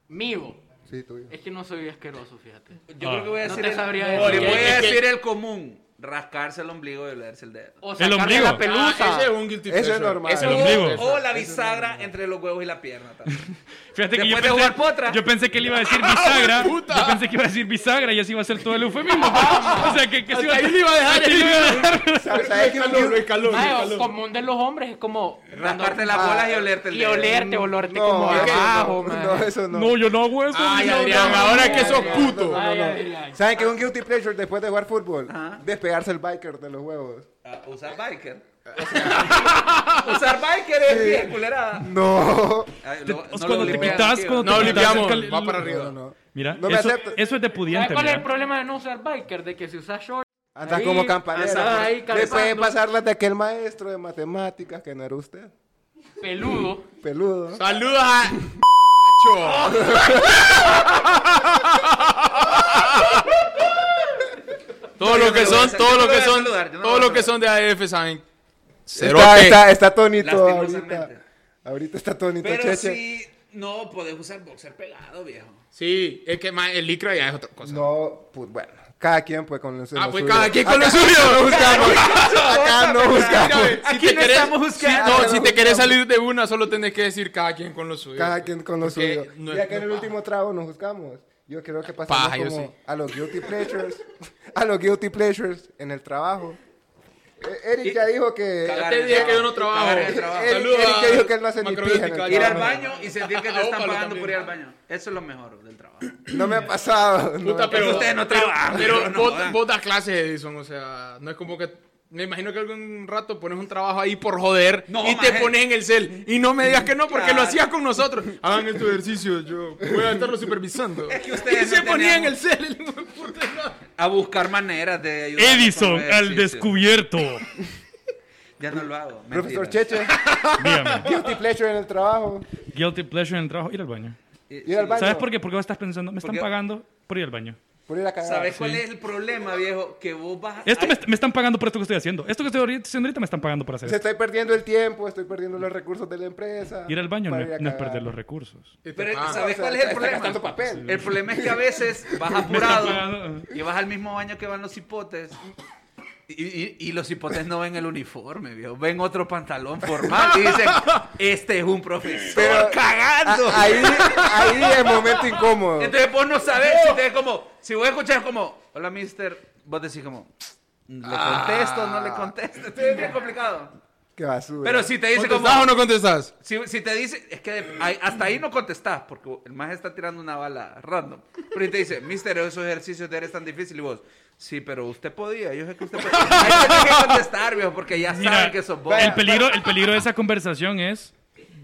G: Mío.
B: Sí, tuyo.
G: Es que no soy asqueroso, fíjate.
D: yo creo que voy a
G: No
D: decir.
G: te
D: el-
G: sabría
D: no,
G: decir.
D: le voy a
E: Es que-
D: decir el común: rascarse el ombligo y olerse el dedo.
G: O sacarle
F: ombligo.
G: la
E: Ah,
G: pelusa.
E: ese es un guilty
B: Eso es
E: pleasure.
B: normal.
E: Ese
F: El
E: es-
F: ombligo.
E: eso-
D: O la bisagra entre los huevos y la pierna. también.
F: Fíjate que yo
D: Después de
F: pensé,
D: jugar potra.
F: yo pensé que él iba a decir bisagra.
E: puta!
F: Yo pensé que iba a decir bisagra y así iba a ser todo el eufemismo. o sea, que, que se iba,
E: ahí le iba a dejar
F: que le iba a dejar.
B: ¿Sabes qué?
E: Escaló, lo escaló, lo
G: Mae,
E: escaló.
G: común de los hombres es como
D: Rascarte las bolas y olerte el
G: y
D: dedo.
G: olerte, olerte
B: No,
G: como
B: eso no,
G: abajo, mae.
B: no, eso no.
F: No, yo no hago eso.
E: Ay,
F: no,
E: Adrián,
F: no,
E: ahora
F: no.
E: que sos puto.
B: No, no,
G: Ay,
B: no.
G: Adrián.
B: ¿Saben qué es un guilty pleasure después de jugar fútbol?
D: Ajá.
B: Despegarse el biker de los huevos.
D: Ah, Usar biker. Usar biker es bien culerada.
B: No.
D: Ay,
F: Te-
D: lo-
F: o sea,
D: no
F: cuando
D: lo
F: te
D: golpeas,
F: pitas,
D: tío.
F: cuando
E: No,
F: te pitas,
E: limpiamos,
F: es que-
E: va para arriba.
B: No, no.
F: Mira,
B: No me
F: eso,
B: aceptas.
F: eso es de
G: ¿Sabes
F: pudiente.
G: cuál es el
F: mira.
G: problema de no usar biker? De que si usas short,
B: Andas
G: Ahí,
B: como campanera.
G: andas ahí
B: Le puede
G: calzando.
B: pasar las de aquel maestro de matemáticas que no era usted.
G: peludo,
B: Peludo.
E: Saludos a
B: bicho!
E: Todos
D: No,
E: los
D: yo
E: que
D: no lo voy
E: son, todos los
D: a saludar,
E: que
D: yo no lo voy a
E: son,
D: saludar, yo no lo
E: todos
D: voy a
E: los que son de AF saben. Cero
B: está,
E: que-
B: está, está tonito ahorita.
D: Lastimosamente.
B: Ahorita está tonito,
D: Pero
B: Cheche.
D: si no podés usar boxer pegado, viejo.
E: Sí, es que ma, el licra ya es otra cosa.
B: No, pues bueno, cada quien pues con lo
E: Ah,
B: lo
E: pues
B: suyo.
E: cada quien con lo
B: Acá
E: suyo.
B: No buscamos. Acá no
E: Mira,
B: buscamos.
E: ve, si
D: Aquí
E: te
D: no
E: querés-
D: estamos
E: si-
D: buscando.
B: Acá
E: no, si
B: no
E: te querés salir de una, solo tenés que decir cada quien con lo suyo.
B: Cada quien con lo
E: Porque
B: suyo.
E: no
B: y
E: es-
B: acá en
E: no
B: el
E: es
B: último trago nos buscamos. Yo creo que pasamos
E: Paja, yo
B: como
E: sí.
B: a los guilty pleasures, a los guilty pleasures en el trabajo. Eh, Eric ya dijo que
E: Ya
D: Cagar
E: te
D: el
E: dije que yo no
D: trabajo.
E: trabajo.
D: Cagar el trabajo.
B: Eric-
E: Saludos
B: Eric que
E: a
B: dijo que él no hace ni
E: Macrobiótica
B: pija en el
E: Cagar
D: Ir al
B: trabajo.
D: baño y sentir que te
E: Ah,
D: están
E: ópalo
D: pagando por ir
E: también.
D: al baño. Eso es lo mejor del trabajo.
B: no me ha pasado. no me
E: Puta,
B: ha
E: pero
B: pasado.
D: ustedes no
E: pero-
D: trabajan,
E: Pero,
D: no
E: vos,
D: jodan.
E: vos das clases, Edison, o sea, no es como que me imagino que algún rato pones un trabajo ahí por joder
D: No,
E: y te
D: maje.
E: pones en el cel y no me digas que no porque
D: Claro.
E: lo hacías con nosotros. Hagan este ejercicio, yo voy a estarlo supervisando.
D: Es que ustedes
E: y se
D: no
E: ponía en
D: tenían-
E: el cel. el hijo de puta, no.
D: A buscar maneras de ayudar.
F: Edison al descubierto.
D: Ya no lo hago.
B: Profesor
D: mentira.
B: Cheche,
F: Dígame.
B: guilty pleasure en el trabajo.
F: Guilty pleasure en el trabajo, ir al baño.
D: Eh,
B: Ir al baño.
F: ¿Sabes por qué? Porque vos estás pensando, me están
D: Porque-
F: pagando por ir al baño.
B: Por ir a cagar.
D: ¿Sabes cuál es el problema, viejo? Que vos vas
F: Esto
D: Ay,
F: me, est- me están pagando por esto que estoy haciendo. Esto que estoy ahorita- haciendo ahorita me están pagando por hacer
B: Se
F: esto.
B: estoy perdiendo el tiempo, estoy perdiendo los recursos de la empresa.
F: Ir al baño no,
B: para
F: es-
B: ir a
F: no es
B: cagar.
F: perder los recursos.
D: Pero
E: Ah.
D: ¿sabes
B: O sea,
D: cuál es el
B: está
D: problema?
B: gastando papel.
D: El problema es que a veces vas apurado
F: pagando.
D: y vas al mismo baño que van los hipotes. Y, y- y los hipotes no ven el uniforme, viejo. Ven otro pantalón formal y dicen, este es un profesor
B: Pero-
D: cagando.
B: Ah, ahí, ahí es momento incómodo.
D: Entonces vos no sabés si te como, si vos escuchás como, hola mister, vos decís como, ¿le contesto o no le contesto? Entonces es bien complicado.
B: Qué basura.
D: Pero si te dice como,
E: ¿Contestás o no contestás?
D: si, si te dice, es que de- ahí- hasta ahí no contestás, porque el más está tirando una bala random. Pero si te dice, mister, esos ejercicios de eres tan difícil y vos, sí, pero usted podía, yo sé que usted podía. Ahí tenés que contestar, viejo, porque ya saben que sos vos.
F: el peligro, el peligro de esa conversación es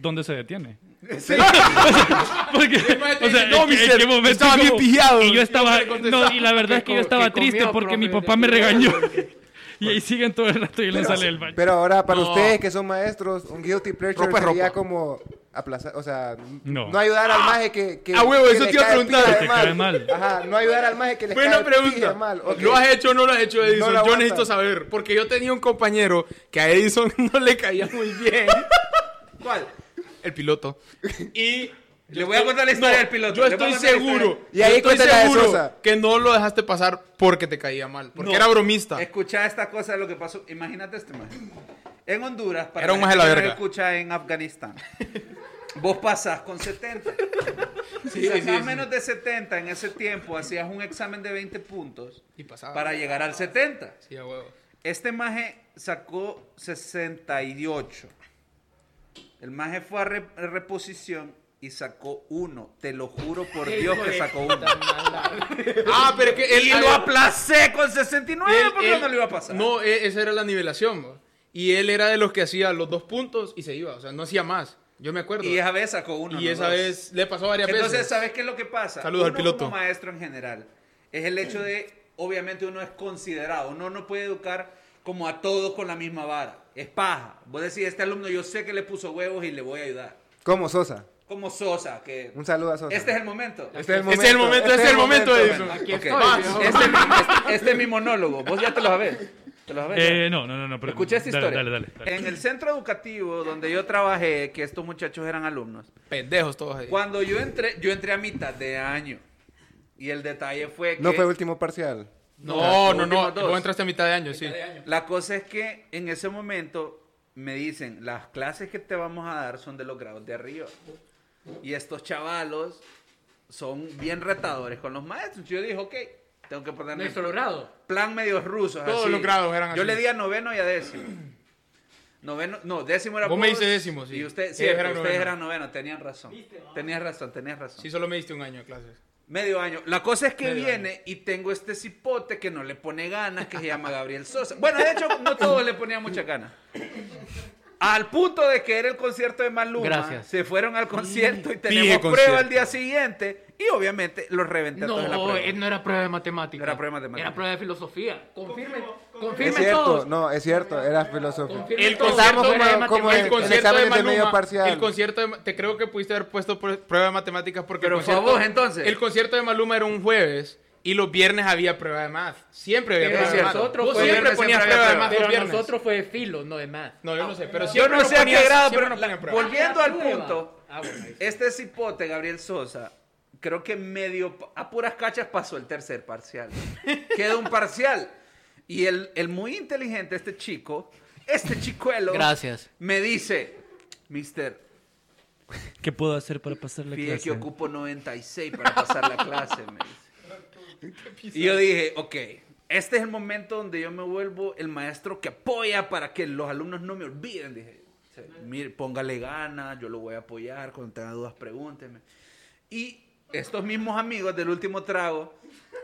F: dónde se detiene. Porque,
E: maestro
F: o sea,
E: dice, "No,
F: en qué- en
E: mister,
F: qué momento
E: estaba bien pijado".
F: Y yo
E: Y
F: estaba,
E: no le contestaba.
F: no, y la verdad es que yo
G: Que
F: estaba
G: comió,
F: triste porque
G: profe,
F: mi
G: de
F: papá me
G: pijado.
F: regañó. y ahí siguen todo el rato y él no sale del baño.
B: Pero ahora, para
E: No.
B: ustedes que son maestros, un guilty pleasure
E: Ropa es
B: sería
E: ropa.
B: como aplazar, o sea, n- no,
F: No.
B: ayudar al maje que, que
E: Ah, huevo,
B: que
E: eso
B: le
E: te iba a
B: cae
E: preguntar.
B: pija
F: Que te cae mal.
B: Ajá, no ayudar al maje que le
E: Buena
B: cae pija
E: pregunta.
B: mal. ok.
E: ¿Lo has hecho o no lo has hecho, Edison?
B: No la
E: yo
B: aguanta.
E: necesito saber. Porque yo tenía un compañero que a Edison no le caía muy bien.
D: ¿Cuál?
E: El piloto. Y.
D: Le voy a contar la historia del piloto.
E: Yo
D: Le voy a
E: estoy
D: contar la
E: seguro.
D: historia.
B: Y ahí
E: yo estoy
B: cuéntala de
E: seguro
B: Sosa.
E: que no lo dejaste pasar porque te caía mal. Porque
D: No.
E: era bromista.
D: Escucha esta cosa de lo que pasó. Imagínate este más. En Honduras, para
E: Era un maje
D: gente
E: la
D: que nos
E: verga.
D: escucha en Afganistán, vos pasás con 70. Si
E: Sí,
D: sacás
E: sí, sí.
D: menos de 70 en ese tiempo, hacías un examen de 20 puntos
E: Y pasaba.
D: para llegar al 70.
E: Sí, a huevo.
D: Este maje sacó 68. El maje fue a re- a reposición y sacó uno. Te lo juro por Dios que sacó uno.
E: Ah, pero es que él
D: Y lo aplacé con 69
E: él-
D: porque
E: él-
D: no lo iba a pasar.
E: No, e- esa era la nivelación. bo. Y él era de los que hacía los dos puntos y se iba. O sea, no hacía más. Yo me acuerdo.
D: Y esa vez sacó uno.
E: Y
D: no
E: esa
D: dos.
E: vez le pasó varias
D: Entonces,
E: veces.
D: ¿sabes qué es lo que pasa?
E: Saludos al
D: Uno
E: piloto.
D: como maestro en general es el hecho de, obviamente, uno es considerado. Uno no puede educar como a todos con la misma vara. Es paja. Vos decís, este alumno yo sé que le puso huevos y le voy a ayudar.
B: Como Sosa.
D: Como Sosa, que...
B: Un saludo a Sosa.
D: Este es el momento.
B: Este es el
E: Ese es el momento, ese es el momento, Edison.
G: Aquí
D: Ok.
G: estoy,
D: Vas.
G: viejo.
D: Este, es mi- este- este es mi monólogo. Vos ya te lo sabés. Te lo sabés, ya.
F: Eh, no, no, no, no. Pero,
D: Escuché esta
F: dale,
D: historia.
F: Dale, dale, dale.
D: En el centro educativo donde yo trabajé, que estos muchachos eran alumnos,
E: Pendejos todos ahí.
D: cuando yo entré, yo entré a mitad de año. Y el detalle fue que
B: No fue último parcial.
E: No, no, no.
D: últimos dos.
E: Vos entraste a mitad de año, sí.
D: la cosa es que en ese momento me dicen, las clases que te vamos a dar son de los grados de arriba. Y estos chavalos son bien retadores con los maestros. Yo dije, ok, tengo que ponerme...
G: Nuestro logrado.
D: plan medios rusos.
E: Todos
D: así.
E: los grados eran
D: Yo
E: así.
D: le di a noveno y a décimo. Noveno, no, décimo era
E: Vos me
D: Bose,
E: dices décimo, sí.
D: Y usted,
E: Ellos
D: cierto,
E: eran
D: ustedes
E: noveno.
D: eran noveno, tenían razón. Tenías razón, tenías razón.
E: Sí, solo me diste un año de clases.
D: Medio año. La cosa es que
E: Medio
D: viene y tengo este cipote que no le pone ganas, que se llama Gabriel Sosa. Bueno, de hecho, no todos le ponían muchas ganas. Al punto de que era el concierto de Maluma,
G: Gracias.
D: se fueron al concierto y
E: Dije
D: tenemos prueba
E: concierto.
D: al día siguiente Y obviamente los reventé a todos en la
G: No,
D: prueba.
G: eh, no era prueba de matemáticas.
D: No era prueba de matemática.
G: Era prueba de filosofía. Confirmen,
B: Es
G: confirmen
B: cierto,
G: todos.
B: no, es cierto, era filosofía.
G: Confirmen
E: El
G: todos.
E: concierto,
G: Estábamos fuera de
B: bueno, como
G: matemáticas.
B: el
E: el concierto de
B: examen de
E: Maluma,
B: medio parcial.
E: el concierto de Ma- te creo que pudiste haber puesto pr- prueba de matemáticas porque
D: Pero
E: el
D: fue a
E: concierto,
D: vos, entonces.
E: El concierto de Maluma era un jueves y los viernes había prueba de math. Siempre había
D: Es
E: prueba de
D: cierto.
E: math.
G: Nosotros
E: Vos
G: fue-
E: siempre
D: Viernes
E: ponías
D: siempre
E: prueba de
D: había
E: math
D: prueba.
E: los
G: Pero
E: viernes.
G: nosotros fue de filo, no de más. Ah,
E: No, yo no sé, pero
D: Yo
E: siempre
D: no
E: nos
D: sé a qué
E: ponías-
D: grado,
E: siempre
D: pero
E: nos
D: la-
E: ponían prueba.
D: volviendo al
G: Prueba.
D: punto,
G: Ah, bueno, ahí sí.
D: este cipote, Gabriel Sosa, creo que medio pa- a puras cachas pasó el tercer parcial. Queda un parcial. Y el, el muy inteligente, este chico, este chicuelo,
C: Gracias.
D: me dice, mister,
F: ¿Qué puedo hacer para pasar la
D: Fíjate que
F: clase?
D: ocupo 96 para pasar la clase, me dice. Y yo dije, ok, este es el momento donde yo me vuelvo el maestro que apoya para que los alumnos no me olviden. Dije, "Sí, mire, póngale ganas, yo lo voy a apoyar, cuando tenga dudas pregúnteme. Y estos mismos amigos del último trago,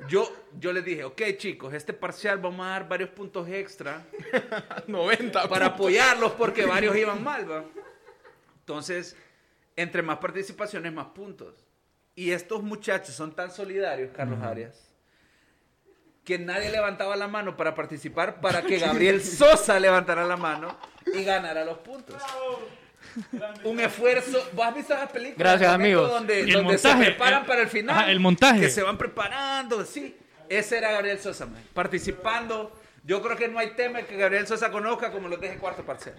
D: yo, yo les dije, ok chicos, este parcial vamos a dar varios puntos extra
E: 90
D: para
E: puntos.
D: apoyarlos porque varios iban mal, ¿va? Entonces, entre más participaciones, más puntos. Y estos muchachos son tan solidarios, Carlos Arias, que nadie levantaba la mano para participar para que Gabriel Sosa levantara la mano y ganara los puntos. Un esfuerzo. ¿Vos has visto esas películas?
C: Gracias,
D: Momento
C: amigos.
D: Donde,
F: El
D: donde se
F: montaje,
D: preparan
F: el-
D: para el final.
F: ajá, el montaje.
D: Que se van preparando, sí. Ese era Gabriel Sosa, man. participando. Yo creo que no hay tema que Gabriel Sosa conozca como los deje cuarto parcial.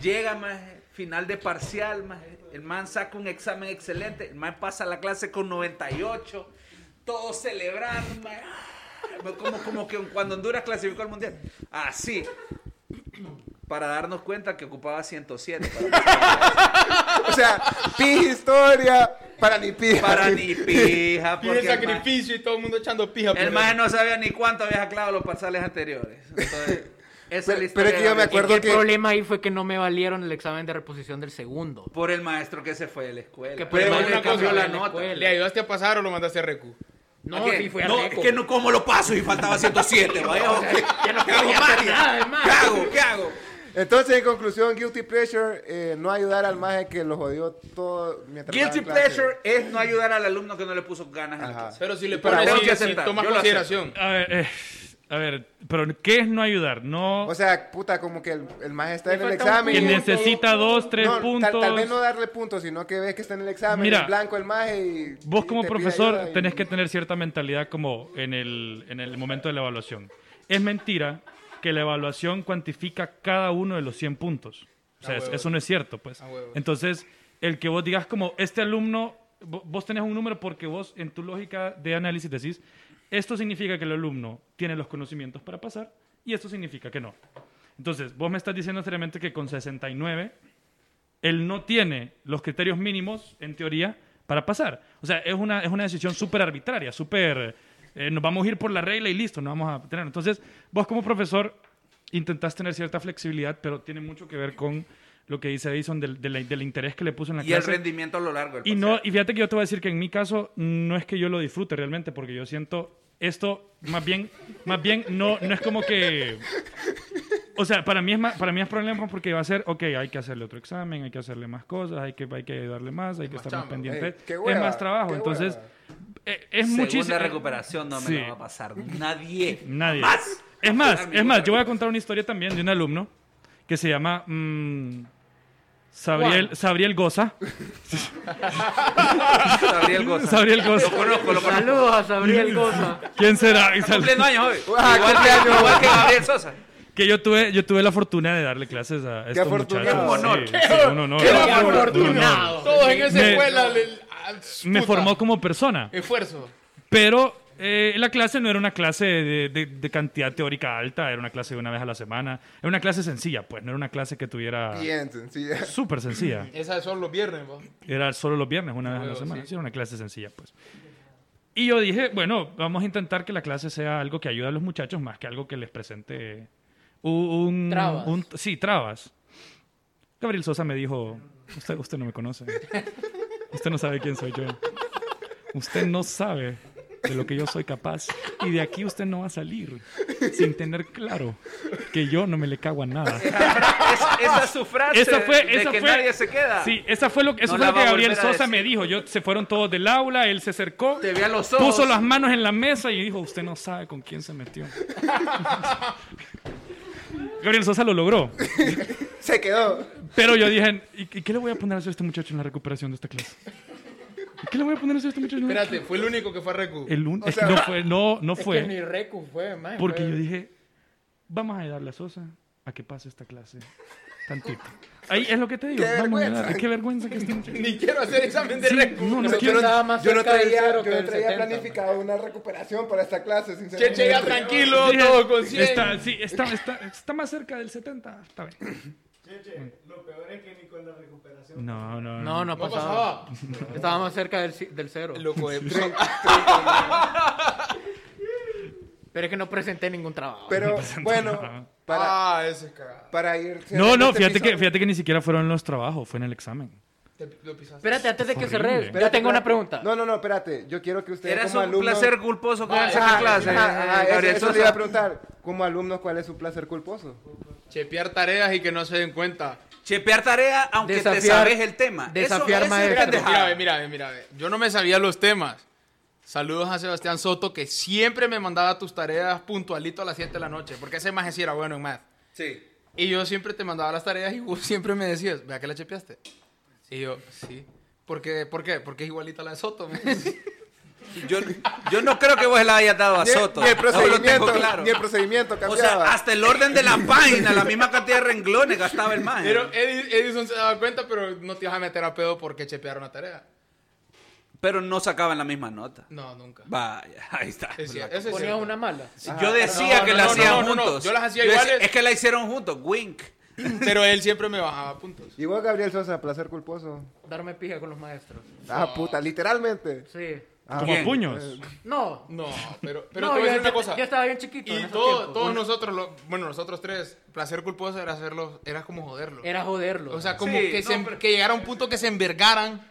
D: Llega, más final de parcial, más el man saca un examen excelente, el man pasa la clase con 98, todos celebrando, maje. Como, como que cuando Honduras clasificó al mundial. Así. Para darnos cuenta que ocupaba 107. Para,
B: O sea, pi historia para ni pi.
D: para ni pija.
E: Pide
D: Porque el man-
E: sacrificio y todo el mundo echando pija. por
D: El
E: él.
D: maje no sabía ni cuánto había sacado los parciales anteriores. Entonces, esa es
B: Pero-
D: la historia.
B: pero es que yo
D: de
B: me
D: Gabriel.
B: acuerdo
C: El
B: que-
C: problema ahí fue que no me valieron el examen de reposición del segundo.
D: Por el maestro que se fue de la escuela.
C: Que
D: Que
C: por el
E: maestro
D: le
E: que
D: cambió
E: se fue
D: la
E: de la
D: nota.
C: escuela.
E: ¿Le ayudaste a pasar o lo mandaste a RQ?
D: ¿A
G: No,
D: qué?
G: sí fue a
D: No,
G: Reco.
D: es que no, ¿cómo lo paso? Y faltaba 107. Vaya, ok.
G: Ya no
D: ¿Qué hago,
G: podía hacer
D: María?
G: nada, además.
D: ¿Qué hago? ¿Qué hago?
B: Entonces, en conclusión, Guilty Pleasure, eh, no ayudar al maje que lo jodió todo mientras estaba
D: Guilty
B: en clase.
D: pleasure es no ayudar al alumno que no le puso ganas en la
B: Ajá.
D: clase.
E: Pero si le
D: Pero
E: pones,
D: tengo
E: sí,
D: que
E: sí,
D: aceptar,
E: tomas
D: yo lo
E: consideración.
F: A ver, eh, a ver, pero ¿qué es no ayudar? No
B: O sea, puta, como que el, el maje está en el
G: falta un
B: examen.
F: que
B: y-
F: necesita dos, tres
B: No, tal-
F: puntos.
B: Tal, vez no darle puntos, sino que ves que está en el examen,
F: Mira,
B: en blanco el maje y...
F: Vos
B: y
F: como
B: te pide
F: profesor
B: ayuda y-
F: tenés que tener cierta mentalidad como en el, en el momento de la evaluación. Es mentira que la evaluación cuantifica cada uno de los 100 puntos. O sea,
E: Ah,
F: es-
E: huevo.
F: eso no es cierto, pues.
E: Ah, huevo.
F: Entonces, el que vos digas como, este alumno, vo- vos tenés un número porque vos en tu lógica de análisis decís, esto significa que el alumno tiene los conocimientos para pasar y esto significa que no. Entonces, vos me estás diciendo seriamente que con 69 él no tiene los criterios mínimos, en teoría, para pasar. O sea, es una, es una decisión súper arbitraria, súper... eh, nos vamos a ir por la regla y listo, no vamos a tener. Entonces, vos como profesor intentás tener cierta flexibilidad, pero tiene mucho que ver con lo que dice Edison del, del- del interés que le puso en la
D: Y el
F: clase.
D: rendimiento a lo largo del
F: Y, no,
D: parcial.
F: y fíjate que yo te voy a decir que en mi caso no es que yo lo disfrute realmente, porque yo siento esto más bien, más bien no, no es como que... O sea, para mí, es más, para mí es problema porque va a ser, ok, hay que hacerle otro examen, hay que hacerle más cosas, hay que, hay que ayudarle más, hay que
E: más
F: estar más
E: chamba,
F: pendiente.
B: ey, qué hueva,
F: es más trabajo,
B: qué
F: entonces eh, es
D: Segunda
F: muchísimo...
D: recuperación no me
F: Sí.
D: la va a pasar nadie.
F: Nadie.
D: Más.
F: Es más,
D: Amigo,
F: es más, yo voy a contar una historia también de un alumno que se llama mm, Sabriel, Sabriel Goza.
D: Gabriel Goza.
F: Sabriel Goza.
D: Lo conozco, lo conozco.
G: Saludos a Sabriel Goza.
F: ¿Quién será?
D: Está cumpliendo años hoy.
B: Ah,
D: igual, que-
B: cumpleaños.
D: igual que Gabriel Sosa.
F: Que yo tuve, yo tuve la fortuna de darle clases a estos
B: afortunado.
F: muchachos.
D: Un honor.
F: Sí, sí, un honor.
E: ¡Qué
F: Un honor, un
E: afortunado!
F: honor.
E: Todos en esa
F: Me-
E: escuela. le- ah,
F: Me
E: puta,
F: formó como persona.
E: Esfuerzo.
F: Pero eh, la clase no era una clase de, de- de cantidad teórica alta, era una clase de una vez a la semana. Era una clase sencilla, pues, no era una clase que tuviera...
B: Bien, sencilla.
F: Súper sencilla.
E: Esa son los viernes, vos.
F: Era solo los viernes, una vez a la
E: Huevo,
F: semana.
E: sí.
F: Sí, Era una clase sencilla, pues. Y yo dije, bueno, vamos a intentar que la clase sea algo que ayude a los muchachos más que algo que les presente un...
G: Trabas.
F: un- sí, trabas. Gabriel Sosa me dijo, usted, usted no me conoce. Usted no sabe quién soy yo. Usted no sabe de lo que yo soy capaz. Y de aquí usted no va a salir sin tener claro que yo no me le cago a nada.
D: Es- esa es su frase
F: Esa fue,
D: de
F: esa
D: que
F: fue,
D: nadie se queda.
F: Sí, esa fue lo, eso
D: No
F: fue
D: la
F: lo que
D: va a
F: Gabriel
D: volver a
F: Sosa
D: decir.
F: me dijo. Yo, se fueron todos del aula, él se acercó,
D: Te vi a los ojos.
F: puso las manos en la mesa y dijo, usted no sabe con quién se metió. Gabriel Sosa lo logró.
B: Se quedó.
F: Pero yo dije, ¿y, y qué le voy a poner a hacer a este muchacho en la recuperación de esta clase? ¿Y ¿Qué le voy a poner a hacer a este muchacho? en la-
E: Espérate, fue el único que fue a Recu.
F: El un- es que no fue, no, no fue.
E: Es que ni pues. Recu fue, man.
F: Porque
E: fue-
F: yo dije, vamos a ayudarle a Sosa a que pase esta clase tantito. Ahí es lo que te digo.
B: Qué
F: vamos a
B: vergüenza.
F: ayudar. Qué vergüenza que este muchacho.
E: Ni quiero hacer examen de
F: Sí,
E: Recu.
F: no, no
E: Nosotros
F: quiero.
E: nada más
B: Yo no
E: cerca del
B: traía,
E: cero
B: yo
E: que
B: no
E: del
B: traía
E: 70,
B: planificado una recuperación para esta clase,
E: man. Che,
B: sinceramente.
E: che, ya tranquilo,
F: Dije,
E: todo con 100.
F: Está, sí, está, está, está más cerca del 70. Está bien.
H: Lo peor es que ni con la recuperación.
F: No, no,
G: No, no
E: No
G: pasaba.
E: pasaba.
G: Estaba más cerca del, ci- del cero.
E: Loco, eh,
G: Pero es que no presenté ningún trabajo.
B: Pero
F: nada.
B: bueno, para,
E: Ah, eso es cagado.
B: para ir.
F: No, no,
B: cerrando este
F: fíjate que,
B: episodio-
F: fíjate que ni siquiera fueron los trabajos, fue en el examen.
E: Te- Lo pisaste.
G: Espérate, antes de que
F: Horrible.
G: cerré,
B: espérate,
G: ya tengo una
B: espérate.
G: pregunta.
B: No, no, no, espérate. Yo quiero que ustedes.
D: Eras
B: como
D: un
B: alumnos...
D: placer culposo con
E: Ah,
D: esa
E: ah,
D: clase. eh,
B: Ajá, ajá, eso-
D: Gabriel
B: eso, te
D: Sosa.
B: iba a preguntar. Como alumnos, ¿cuál es su placer culposo?
E: Chepear tareas y que no se den cuenta.
D: Chepear tarea aunque te
G: Desafiar-
D: sabes el tema.
G: desafiar
D: Eso- eso es
G: maestros.
D: pendejada.
E: Mira, ve, mira, ve, mira, ve. Yo no me sabía los temas. Saludos a Sebastián Soto, que siempre me mandaba tus tareas puntualito a las 7 de la noche, porque ese maje sí era bueno en math.
D: Sí.
E: Y yo siempre te mandaba las tareas y vos siempre me decías, vea que la chepeaste. Y yo, sí. ¿Por qué? ¿Por qué? Porque es igualita a la de Soto. me decía.
D: Yo, yo no creo que vos la hayas dado a Soto.
B: Ni el
D: No lo tengo
B: procedimiento,
D: claro.
B: ni el procedimiento
D: O
B: cambiaba.
D: sea, hasta el orden de la página, la misma cantidad de renglones gastaba el man.
E: Pero Edi- Edison se daba cuenta, pero no te ibas a meter a pedo porque chepear una tarea.
D: Pero no sacaban la misma nota.
E: No, nunca.
D: Vaya, ahí está.
E: Es cier-
D: Blanco.
E: eso es
G: Ponías
E: cierto.
G: una mala.
D: Sí, yo decía
E: No,
D: que
E: no,
D: la
E: no,
D: hacían
E: no, no, no,
D: juntos.
E: yo las hacía
D: decía,
E: iguales.
D: es que la hicieron juntos, wink.
E: Pero él siempre me bajaba puntos.
B: ¿Y vos, Gabriel Sosa, placer culposo?
G: Darme pija con los maestros.
B: Ah, puta, literalmente.
G: Sí.
B: Ah,
F: Como a
D: Bien.
F: puños.
G: No.
E: No, pero, pero
G: No,
E: te voy a
G: yo,
E: decir una
G: yo-
E: cosa.
G: yo estaba bien chiquito. en
E: Y
G: esos
E: todo-
G: tiempos.
E: todos
G: Uno-
E: nosotros, lo- bueno, nosotros tres, placer culposo era hacerlo, era como joderlo.
G: Era joderlo.
E: o sea, como
D: Sí,
E: que,
D: no,
E: se- em-
D: pero-
E: que llegara a un punto que se envergaran,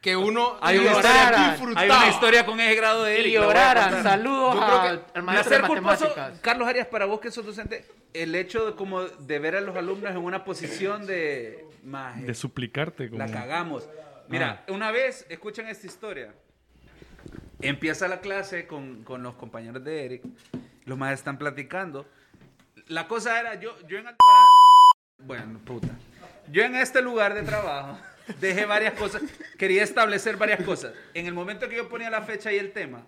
E: que uno
D: Hay
E: que
D: una
E: se
G: historia-
E: disfrutaba.
D: Hay una historia con ese grado de Eric.
G: y
D: la voy a
G: lloraran.
D: contar.
G: Saludos
E: Yo creo
G: al,
E: que
G: al maestro de
D: Placer culposo,
G: matemáticas.
D: Carlos Arias, para vos que sos docente, el hecho de, como de ver a los alumnos en una posición de... Maje,
F: De suplicarte. Como...
D: Eh, La cagamos. Mira, una vez, escuchen esta historia. Empieza la clase con, con los compañeros de Eric. Los más están platicando. La cosa era, yo, yo en Altamara- Bueno, puta. Yo en este lugar de trabajo dejé varias cosas. Quería establecer varias cosas. En el momento que yo ponía la fecha y el tema,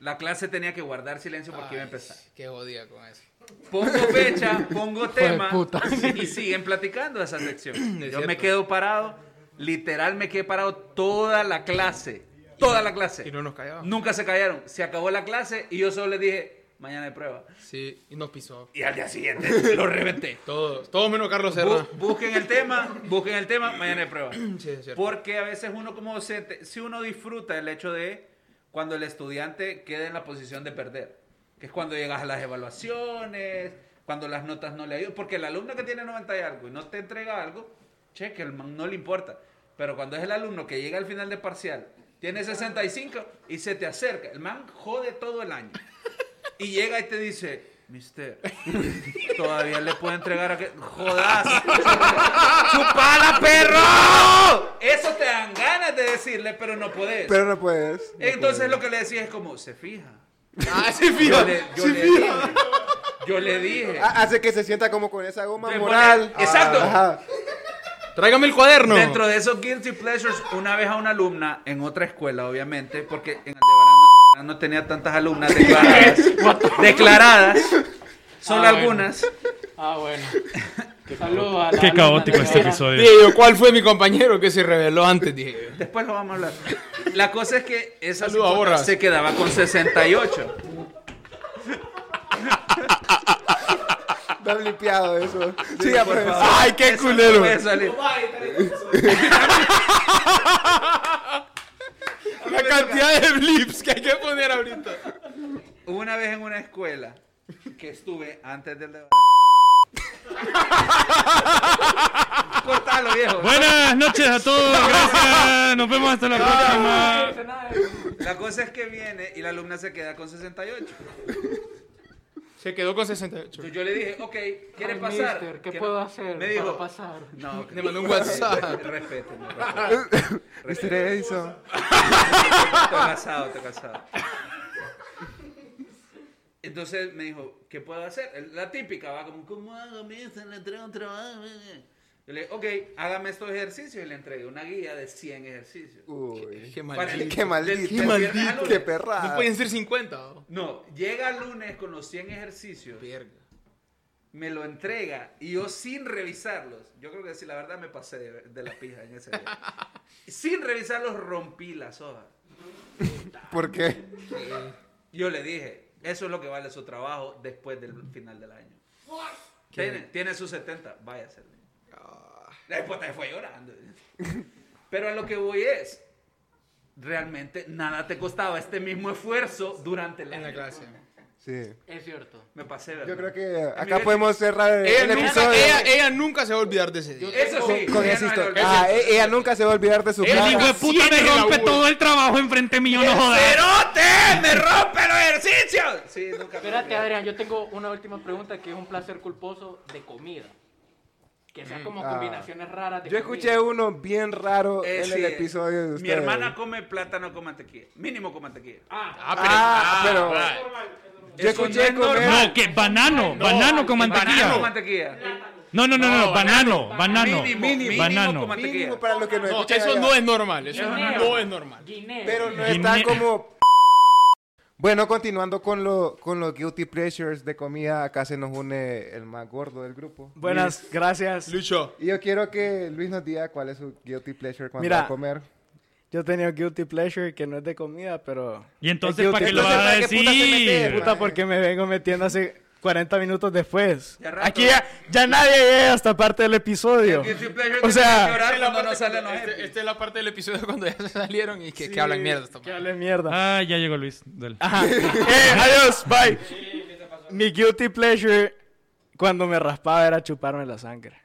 D: la clase tenía que guardar silencio porque iba a empezar.
E: Qué jodía con eso.
D: Pongo fecha, pongo tema
G: puta.
D: y siguen platicando esa sección. Yo
E: cierto.
D: me quedo parado, literal me quedé parado toda la clase, toda la clase.
E: Y no nos callaban.
D: Nunca se callaron, se acabó la clase y yo solo les dije, mañana hay prueba.
E: Sí, y nos pisó.
D: Y al día siguiente lo reventé.
E: Todos, todos menos Carlos Serra.
D: Bu- busquen el tema, busquen el tema, mañana hay prueba.
E: Sí, es cierto.
D: Porque a veces uno como docente, si uno disfruta el hecho de cuando el estudiante queda en la posición de perder, que es cuando llegas a las evaluaciones, cuando las notas no le ayudan, porque el alumno que tiene 90 y algo y no te entrega algo, che, que el man no le importa. Pero cuando es el alumno que llega al final de parcial, tiene 65 y se te acerca, el man jode todo el año. Y llega y te dice, mister, todavía le puedo entregar a que... ¡Jodas! ¡Chupala,
E: Ah,
D: perro! Eso te dan ganas de decirle, pero no podés.
B: Pero no puedes. no
D: Entonces
B: puedes.
D: lo que le decís es como, se fija.
E: Ah, sí,
D: Yo
E: fíjate.
D: le, yo
E: sí,
D: le
E: fíjate.
D: dije. Yo le dije.
B: Ah, Hace que se sienta como con esa goma
D: Te
B: moral.
D: pone- Exacto.
B: Ajá.
E: Tráigame el cuaderno.
D: Dentro de esos guilty pleasures, una vez a una alumna en otra escuela, obviamente, porque en Aldebarán no tenía tantas alumnas declaradas. declaradas solo
G: Ah, bueno.
D: algunas.
G: Ah, bueno. Saludos a la
F: Qué
G: alumna
F: caótico
G: de
F: este
G: Vera.
F: episodio.
E: Dije yo, ¿cuál fue mi compañero que se reveló antes? Dije yo.
D: Después lo vamos a hablar. La cosa es que esa
E: Saluda,
D: cipota
E: borras.
D: se quedaba con 68.
B: No han limpiado eso. Sí,
D: por
B: pues.
D: favor.
E: ¡Ay, qué
D: Eso no
E: culero!
D: puede salir.
E: La cantidad de blips que hay que poner ahorita.
D: Hubo una vez en una escuela que estuve antes del debate. Cortalo, viejo.
F: Buenas noches a todos, gracias. Nos vemos hasta la próxima.
D: La cosa es que viene y la alumna se queda con 68.
E: Se quedó con 68.
D: Entonces yo le dije, ok, ¿quiere
G: Ay,
D: pasar?
G: mister, ¿qué
D: Quiero-
G: puedo hacer
D: Me dijo,
G: para pasar?
D: No,
E: Le mandó un WhatsApp.
D: Respétenme,
B: Mr. Edison.
D: Estoy casado, estoy casado. Entonces me dijo, ¿qué puedo hacer? La típica, va como, ¿cómo hago mister? Le entrego un trabajo. eh, Yo le dije, ok, hágame estos ejercicios y le entregué una guía de 100 ejercicios.
B: Uy.
E: Qué
D: Para-
E: Uh, maldito.
B: Qué maldito.
D: Del- del viernes Ah, al lunes.
B: Qué perrada.
E: No pueden ser oh. 50. ¿no?
D: No, llega el lunes con los 100 ejercicios, me lo entrega y yo sin revisarlos, yo creo que si la verdad me pasé de, de la pija en ese día. Sin revisarlos rompí las hojas.
B: ¿Por qué?
D: Yo le dije, eso es lo que vale su trabajo después del final del año. Tiene, tiene sus 70, vaya a ser.
E: Ah.
D: La esposa se fue llorando. Pero a lo que voy es, realmente nada te costaba este mismo esfuerzo durante el
E: En la
D: año.
E: clase.
B: Sí.
G: Es cierto.
D: Me pasé, ¿verdad?
B: Yo creo que
D: A
B: acá
D: nivel-
B: podemos cerrar el,
E: Ella
B: el
E: nunca,
B: episodio.
E: ella, ella nunca se va a olvidar de ese día.
D: Eso sí,
B: Con
D: ya
B: esa
D: no me
B: historia.
D: lo-
B: Ah, e- ella nunca se va a olvidar de su
E: Ella
F: El
B: placa.
F: hijo de puta
E: Siete
F: me
E: en la
F: rompe
E: U.
F: todo el trabajo enfrente mío, no jodas.
D: ¡Cerote! ¡Me rompe los ejercicios! Sí, nunca me
G: Espérate,
D: olvidé.
G: Adrián, yo tengo una última pregunta que es un placer culposo de comida. Que sea como
B: Ah.
G: combinaciones raras de
B: Yo escuché uno bien raro
D: Eh,
B: en
D: sí,
B: el episodio de ustedes.
D: Mi hermana come plátano con mantequilla. Mínimo con mantequilla.
E: Ah,
B: Ah, pero-
E: right.
B: Yo
D: Eso
B: escuché
D: no es
B: comer-
D: normal.
F: No, que banano, banano con
D: Banano con
F: mantequilla.
D: mantequilla.
F: No, no, no, no,
E: No,
F: banano, banano,
D: Mínimo, mínimo
F: banano.
D: con mantequilla.
B: Mínimo para los que nos
E: No,
B: escuchan
E: eso
B: allá.
E: no es normal. Eso
G: Guineo.
E: no es normal.
G: Guineo.
B: Pero no
F: Guinea.
B: está como... Bueno, continuando con, lo, con los guilty pleasures de comida, acá se nos une el más gordo del grupo.
I: Buenas, gracias.
E: Lucho.
B: Y yo quiero que Luis nos diga cuál es su guilty pleasure cuando
I: Mira,
B: va a comer.
I: Yo tenía guilty pleasure que no es de comida, pero.
F: Y entonces,
I: es
F: ¿para
I: guilty.
F: qué lo
B: Entonces,
F: vas a
B: ¿para qué puta se mete?
F: decir?
I: Puta, porque me vengo metiendo hace 40 minutos después.
D: Ya rato.
I: Aquí ya, ya nadie llega hasta parte del episodio.
D: Guilty pleasure que tengo
I: O
D: que
I: sea,
D: llorar cuando no salen los
E: Este-
D: happy.
E: Esta es la parte del episodio cuando ya se salieron y que, que hablan mierda. esta
I: que
E: madre.
I: hable mierda.
F: Ah, ya llegó Luis. Dale.
I: Ajá. Eh, adiós, bye. Mi guilty pleasure cuando me raspaba era chuparme la sangre.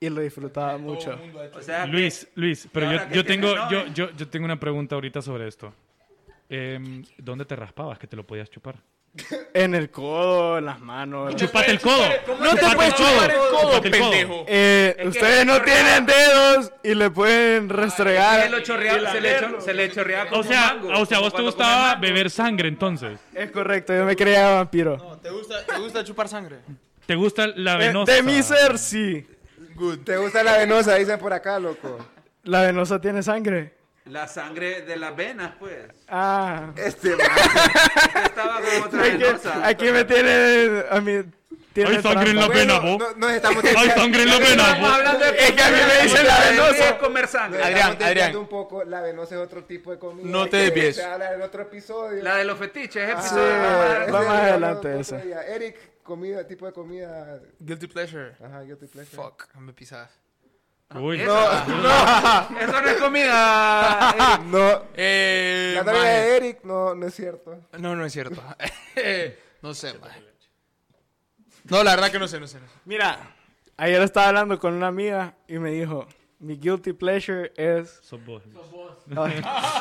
I: Y lo disfrutaba mucho.
D: O sea,
F: Luis, Luis, pero
D: ahora
F: yo,
D: que
F: yo
D: tiene
F: tengo, yo,
D: novia.
F: yo, yo tengo una pregunta ahorita sobre esto. Em, ¿Dónde te raspabas que te lo podías chupar?
I: En el codo, en las manos.
F: ¡Chupate el codo!
E: ¿Cómo
I: No te
F: Chupate
I: puedes
F: el codo.
I: chupar el
E: codo,
F: Chupate el codo.
E: pendejo.
I: Eh,
D: Es que
I: ustedes no
D: es
I: tienen dedos y le pueden
D: se
I: restregar.
D: lo chorreaba, se le, cho- se le chorreaba como
F: O sea,
D: mango,
F: o sea,
D: como
F: vos te
D: cuando
F: gustaba
D: comes mango.
F: beber sangre entonces.
I: Es correcto, yo me creía vampiro.
E: No, ¿te, gusta, ¿Te gusta chupar sangre?
F: ¿Te gusta la
I: Eh,
F: venosa?
I: de mi ser, sí.
B: ¿Te gusta la venosa? Dicen por acá, loco.
I: La venosa tiene sangre.
D: La sangre de las venas, pues.
I: Ah.
B: Este
D: Estaba con otra
I: Aquí,
D: venosa.
I: aquí me tiene. A mí. Tiene
F: Hay sangre en la
I: trampa.
F: vena,
B: bueno,
F: vos.
B: no, nos estamos
F: Hay sangre en la vena,
D: Estamos
F: vos.
D: hablando de
I: Es que a mí me dicen la
D: de
I: venosa.
D: comer sangre.
B: Nos
E: Adrián,
B: estamos desviando
E: Adrián.
B: un poco, la venosa es otro tipo de comida.
E: No te
B: que
E: desvíes.
B: Se habla en otro episodio.
D: La de los
B: Ah,
D: fetiches,
I: Sí,
D: episodio.
I: va
D: normal.
I: más
B: Ese,
I: adelante
B: otro
I: esa.
B: día. Eric, comida, tipo de comida.
E: Guilty pleasure.
B: Ajá, guilty pleasure.
E: Fuck, me pisas.
F: Uy.
D: Eso no es comida. Eric.
B: No,
E: Eh,
B: la novia
E: maje.
B: de Eric no, no es cierto.
E: No, no es cierto. no sé, maje. No, la verdad que no sé, no sé. no sé.
I: Mira, ayer estaba hablando con una amiga y me dijo: Mi guilty pleasure es.
F: Sos vos. Luis.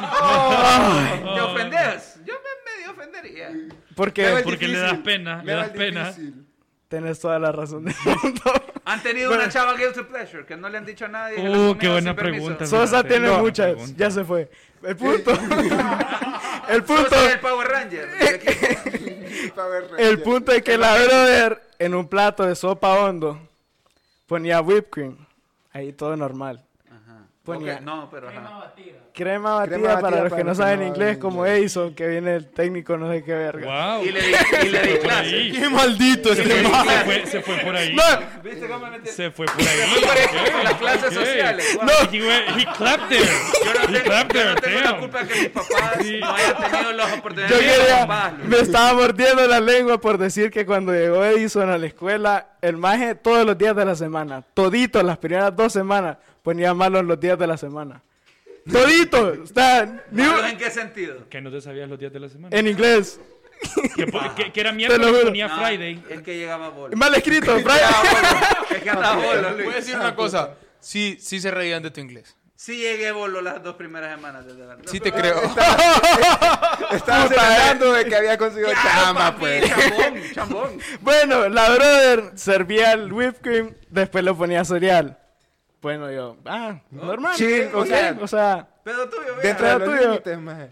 D: ¿Te ofendes? Yo me medio ofendería.
B: Me va el
I: Porque
F: Porque le
B: difícil.
F: das pena,
B: Me
F: le
B: va
F: das
B: el
F: pena.
B: difícil.
I: tenés toda la razón del mundo.
F: Ah,
D: ¿Han tenido una chava guilty pleasure que no le han dicho a nadie? que la
F: Uh,
D: comieron
F: qué buena
D: sin permiso?
F: pregunta.
I: Sosa
F: fíjate.
I: tiene
F: No,
I: muchas.
F: pregunta.
I: Ya se fue. El punto. el punto.
D: Sosa del Power Ranger.
B: Pa' ver,
I: El
B: ya.
I: punto es que la brother en un plato de sopa hondo ponía whipped cream. Ahí todo normal.
D: Ajá.
I: Ponía-
D: Ok, No, pero ajá.
I: Crema batida,
B: Crema batida
I: para los
B: para
I: que no
B: los que
I: saben
B: no
I: inglés,
B: saben
I: como
B: inglés.
I: Edison, que viene el técnico no sé qué verga.
F: Wow.
D: Y le di, y le di
F: Por
D: clase.
F: ahí.
I: maldito
F: Se
I: este
F: fue-
I: maje.
F: se fue- Se fue por ahí.
D: ¿Viste cómo me metí?
F: Se fue por ahí.
D: Por las clases
F: Ok.
D: sociales. Wow.
F: He, went- he clapped there.
D: Yo no
F: he
D: tengo,
F: clapped
D: yo
F: there.
D: no tengo la
F: damn.
D: culpa que mis papás no hayan tenido las
I: Yo
D: oportunidades de
I: quería,
D: papás.
I: me estaba mordiendo la lengua por decir que cuando llegó Edison a la escuela, el maje todos los días de la semana, todito, las primeras dos semanas, ponía malos los días de la semana. Todito, o sea, ni un-
D: ¿Malos ¿En qué sentido?
F: Que no te sabías los días de la semana.
I: en inglés.
F: Que, po- que- que era miércoles
I: juro.
F: ponía
D: No,
F: Friday.
D: Es que llegaba bolo.
I: Mal escrito, Brian.
D: Es que andaba bolo,
E: Voy a
D: Luis.
E: decir una cosa. Sí, sí se reían de tu inglés.
D: Sí llegué bolo las dos primeras semanas. desde la-
E: Sí te creo.
B: Estaba celebrando de que había conseguido chamba, pues.
D: Ah, Chambón, chambón.
I: Bueno, la brother servía el whipped cream, después le ponía cereal. Bueno, yo, ah, normal.
B: Chill,
I: bien,
B: o sea-
I: o sea,
D: Pero tuyo, vea.
B: Dentro de los
I: tuyo.
B: límites, maje.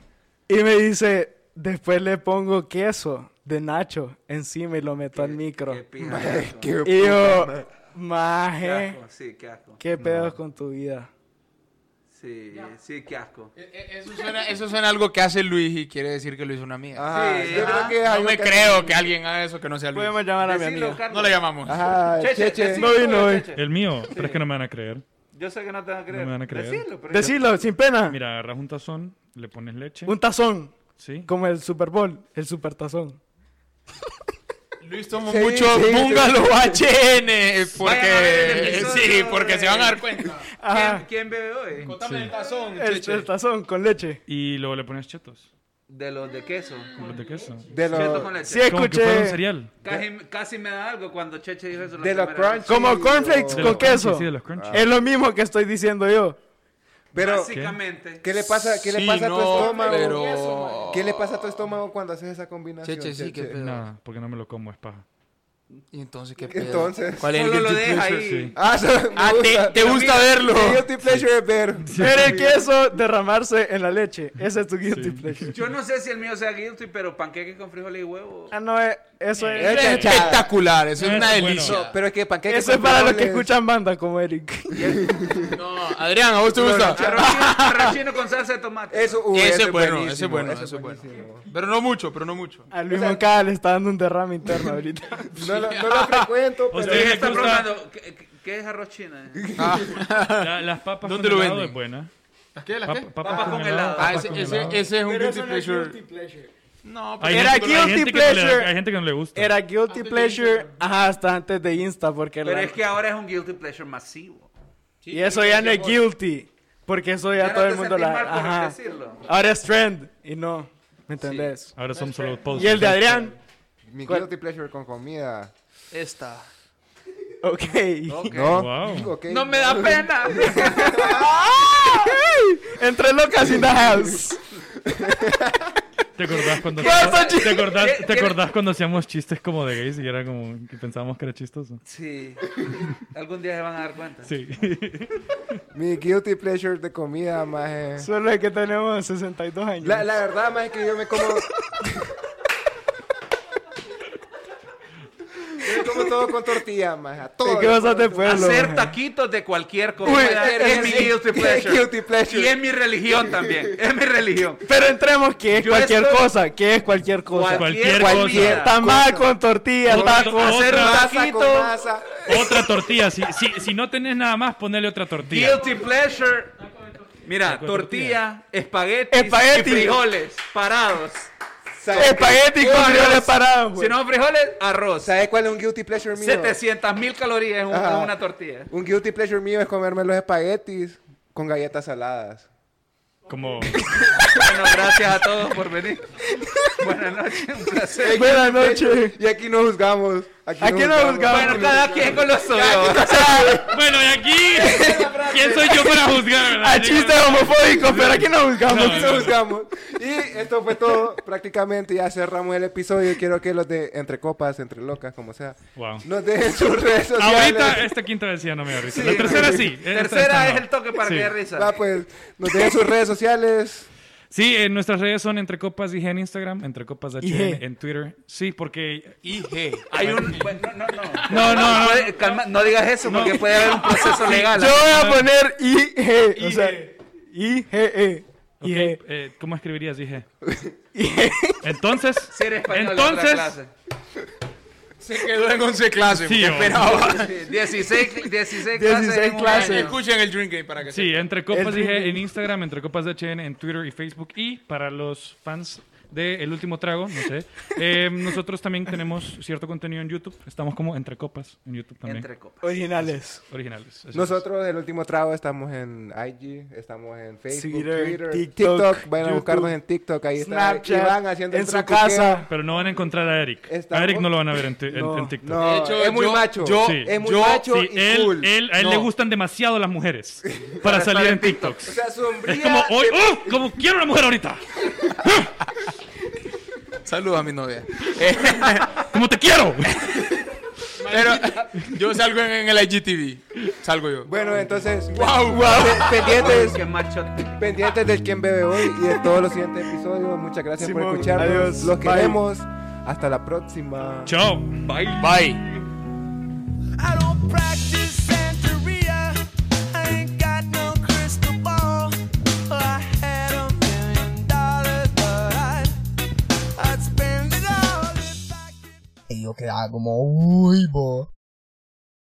I: y me dice, después le pongo queso de nacho encima y lo meto al micro.
D: Qué pija, qué asco.
B: Qué
I: Y yo,
B: puta, maje.
D: Qué
I: maje,
D: asco, sí, qué asco.
I: qué pedos con tu vida.
D: Sí, sí, qué asco.
E: Eh, eh, Eso suena, eso suena algo que hace Luis y quiere decir que lo hizo una mía.
B: Ajá,
D: Sí,
B: Ah, yo
D: ajá.
B: creo que es
E: No
B: algo
E: me
B: que-
E: creo que alguien haga eso que no sea Luis.
I: Podemos llamar a mi
D: Decilo,
I: amigo.
D: Carlos.
E: No le llamamos.
B: Ajá,
D: Cheche,
B: Ah, cheche.
D: decilo,
I: no vi, no vi.
D: Cheche.
F: El mío, pero es que no me van a creer.
D: Yo sé que no te van a creer.
F: me van a creer.
D: Decilo, pero-
I: Decilo, sin pena.
F: Mira, agarras un tazón, le pones leche.
I: Un tazón,
F: Sí.
I: como el Super Bowl, el Super Tazón.
E: Luis tomó
B: Sí,
E: mucho
B: sí,
E: Bungalow HN
D: Vayan a ver el
E: porque
D: episodio
E: sí, porque se van a dar
D: de-
E: cuenta.
I: Ajá,
D: ¿Quién, quién bebe hoy?
E: Contame el tazón,
I: el,
E: Cheche.
I: el tazón con leche.
F: Y luego le pones chetos.
D: De los de queso.
F: Los de queso.
B: De
D: Cheto
B: los,
D: con leche.
I: Sí,
F: Como que fuera un
I: escuché.
F: cereal.
D: Casi, casi me da algo cuando Cheche dijo eso. la
B: de los
D: primera
B: crunch.
D: vez.
I: Como cornflakes
F: De
I: con
F: los crunches,
I: queso.
F: Sí, de los crunches.
I: Es lo mismo que estoy diciendo yo.
B: Pero,
D: Básicamente.
B: ¿qué le pasa, qué le
E: Sí,
B: pasa a tu
E: no,
B: estómago?
E: pero-
B: ¿Qué le pasa a tu estómago cuando haces esa combinación?
E: Cheche, sí, qué pedo.
F: Nada, Ah, porque no me lo como, es paja.
E: Y entonces, ¿qué pedo?
B: Entonces.
E: ¿Cuál es el
D: Solo lo
E: guilty
D: deja
E: pleasure?
D: ahí.
F: Sí.
B: Ah, so- me
E: Ah, te, te gusta verlo.
B: Mi guilty pleasure es ver.
I: Ver el queso derramarse en la leche. Ese es tu guilty pleasure.
D: Yo no sé si el mío sea guilty, pero panqueque con frijoles y huevo.
I: Ah, no, eh,
E: Eso
I: eso es.
E: es espectacular, eso es
F: Eso
E: una
F: es bueno.
E: delicia.
B: Pero es que
D: eh,
B: panqueques
I: Eso es
B: con
I: para los que
B: frijoles-
I: escuchan banda como Eric.
E: No, Adrián, ¿a vos te gusta?
D: Arroz chino- arroz chino con salsa de tomate.
B: Eso, uh,
E: Ese
B: ese
E: es bueno,
B: buenísimo,
E: ese es bueno, ese es
B: buenísimo.
E: Pero no mucho, pero no mucho.
I: Al mismo Moncada le está dando un derrame interno ahorita.
B: No lo, no lo frecuento, pero...
F: Ustedes-
D: Está
F: gusta-
D: preguntando, ¿qué, qué- qué es arroz chino? eh?
F: La- las papas
E: ¿Dónde
F: con
E: lo
F: helado
E: venden?
F: es buena.
E: ¿Las qué?
F: Pap-
D: Papas con helado.
E: Ah,
F: papas
E: ese,
F: con
E: ese,
F: helado.
E: ese es un
H: Pero
E: guilty
H: eso no es
E: pleasure.
H: guilty pleasure.
E: No,
F: Hay
I: Era
F: gente- hay
I: guilty
F: gente que no le da-
I: pleasure.
F: Hay gente que no le gusta.
I: Era guilty pleasure, ajá, hasta antes de Insta, porque
D: Pero
I: la-
D: es que ahora es un guilty pleasure masivo.
I: Y eso ya no es guilty, porque eso
D: Ya
I: ya,
D: no
I: todo
D: te
I: el mundo
D: sentís
I: la...
D: mal por
I: Ajá.
D: decirlo.
I: Ahora es trend, y no, ¿me entendés?
F: Ahora son solo posts.
I: Y el de Adrián,
B: Mi
I: ¿Cuál?
B: guilty pleasure con comida.
E: Esta.
I: ok.
B: No.
F: Wow.
B: ok.
D: No me da pena.
I: Entre locas in the house.
F: ¿Te acordás cuando,
I: pasa,
F: ¿te acordás,
D: ¿Qué-
F: te
D: qué-
F: acordás cuando hacíamos chistes como de gays y era como que pensábamos que era chistoso?
D: Sí. Algún día se van a dar cuenta.
F: Sí.
B: Mi guilty pleasure de comida, maje.
I: Solo es que tenemos 62 años.
B: La, la verdad, maje, que yo me como... Yo me como todo con tortilla, maje. a Todo.
I: ¿Qué vas a hacer, pueblo?
D: Hacer
I: maje?
D: taquitos de cualquier
B: Uy,
D: comida es,
B: es-
D: mi guilty
B: es
D: pleasure.
B: guilty pleasure.
D: Y es mi religión también. Es mi religión.
I: Pero entremos, que es
D: Yo
I: cualquier
D: estoy-
I: cosa? que es cualquier cosa?
F: Cualquier
D: comida.
F: cosa.
I: Tamal con tortilla,
F: Otra-
I: taco.
D: Hacer un
F: Otra-
B: Masa con
D: taquito.
B: masa.
F: Otra tortilla. Si, si, si no tenés nada más, ponele otra tortilla.
D: Guilty pleasure. Mira,
F: de
D: tortilla, espaguetis,
I: Espagueti.
D: y frijoles parados.
I: Espagueti con
D: Arroz.
I: frijoles parados,
D: Si
I: güey.
D: no frijoles, arroz.
B: ¿Sabes cuál es un guilty pleasure mío?
D: 700 mil calorías en un-
B: Ajá.
D: en una tortilla.
B: Un guilty pleasure mío es comerme los espaguetis con galletas saladas.
F: Como.
D: Bueno, gracias a todos por venir. Buenas noches, un placer.
I: Buenas noches.
B: Y aquí no juzgamos. Aquí,
I: Aquí no
B: Ah,
I: juzgamos.
D: Bueno, cada quien con los suyos.
F: Bueno, y aquí. ¿Quién soy yo para juzgar? verdad?
I: A chistes homofóbicos, pero aquí no buscamos.
B: Aquí no juzgamos. Y esto fue todo. Prácticamente ya cerramos el episodio. Quiero que los de Entre Copas, Entre Locas, como sea,
F: Wow.
B: nos dejen sus redes sociales.
F: Ahorita, esta quinta decía no me da risa. La tercera sí. Esta- esta
D: Tercera es
F: no.
D: el toque para
F: Sí.
D: que dé risa.
B: Va, pues, nos dejen sus redes sociales.
F: Sí, en nuestras redes son Entre Copas IG en Instagram, Entre Copas HN
I: IG.
F: en Twitter. Sí, porque...
E: IG.
D: Hay un. bueno, No, no, no.
F: No, no, no.
D: Puede- calma, no digas eso porque puede haber un proceso legal.
I: Yo voy a poner IG. O sea, IGE.
F: Ok,
I: IG.
F: eh, ¿Cómo escribirías IG?
I: IG.
F: Entonces...
D: Si eres español,
F: entonces...
D: otra clase.
E: Se quedó en 11 clases.
F: Sí,
E: porque
F: oh.
E: esperaba.
D: Sí, 16, cl- 16 clases.
I: 16
D: en un
I: clases.
D: año.
E: Escuchen el Dream Game para que
F: Sí, Entre Copas
I: El-
F: IG en Instagram, Entre Copas HN en Twitter y Facebook. Y para los fans de El Último Trago, no sé. Eh, nosotros también tenemos cierto contenido en YouTube. Estamos como entre copas en YouTube también.
D: Entre copas.
I: Originales.
F: Originales. Así es.
B: Nosotros, el último trago, estamos en IG, estamos en Facebook,
I: Twitter,
B: Twitter,
I: TikTok,
B: TikTok. Vayan a buscarnos
I: YouTube,
B: en TikTok, ahí está.
I: Snapchat,
B: Iván haciendo
I: en
B: el
I: su
B: traqueteo.
I: casa.
F: Pero no van a encontrar a Eric.
B: Estamos-
F: A Eric no lo van a ver en, ti- en- en TikTok.
B: No,
E: De hecho,
B: es muy
E: yo-
B: macho.
E: yo-
F: Sí.
B: es muy
E: yo-
B: macho
F: Sí,
B: y
F: él,
B: cool.
F: él- a él le
E: No.
F: gustan demasiado las mujeres para salir en TikToks.
B: O sea, sombría.
F: Es como hoy, ¡oh! Como quiero una mujer ahorita.
E: Saludos a mi novia.
F: Como te quiero.
E: Pero yo salgo en, en el IGTV. Salgo yo.
B: Bueno, entonces,
E: Wow,
B: pe- pendientes,
D: Qué machote.
B: pendientes del quien bebe hoy y de todos los siguientes episodios. Muchas gracias por
I: Simón,
B: escucharnos.
I: adiós,
B: los
I: bye.
B: queremos. Hasta la próxima.
F: Chao.
E: Bye.
J: I don't practice Santeria. I ain't got no crystal ball. I had a million dollars, but I'd, I'd spend it all if I could.
A: Y yo quedaba como, uy, bo.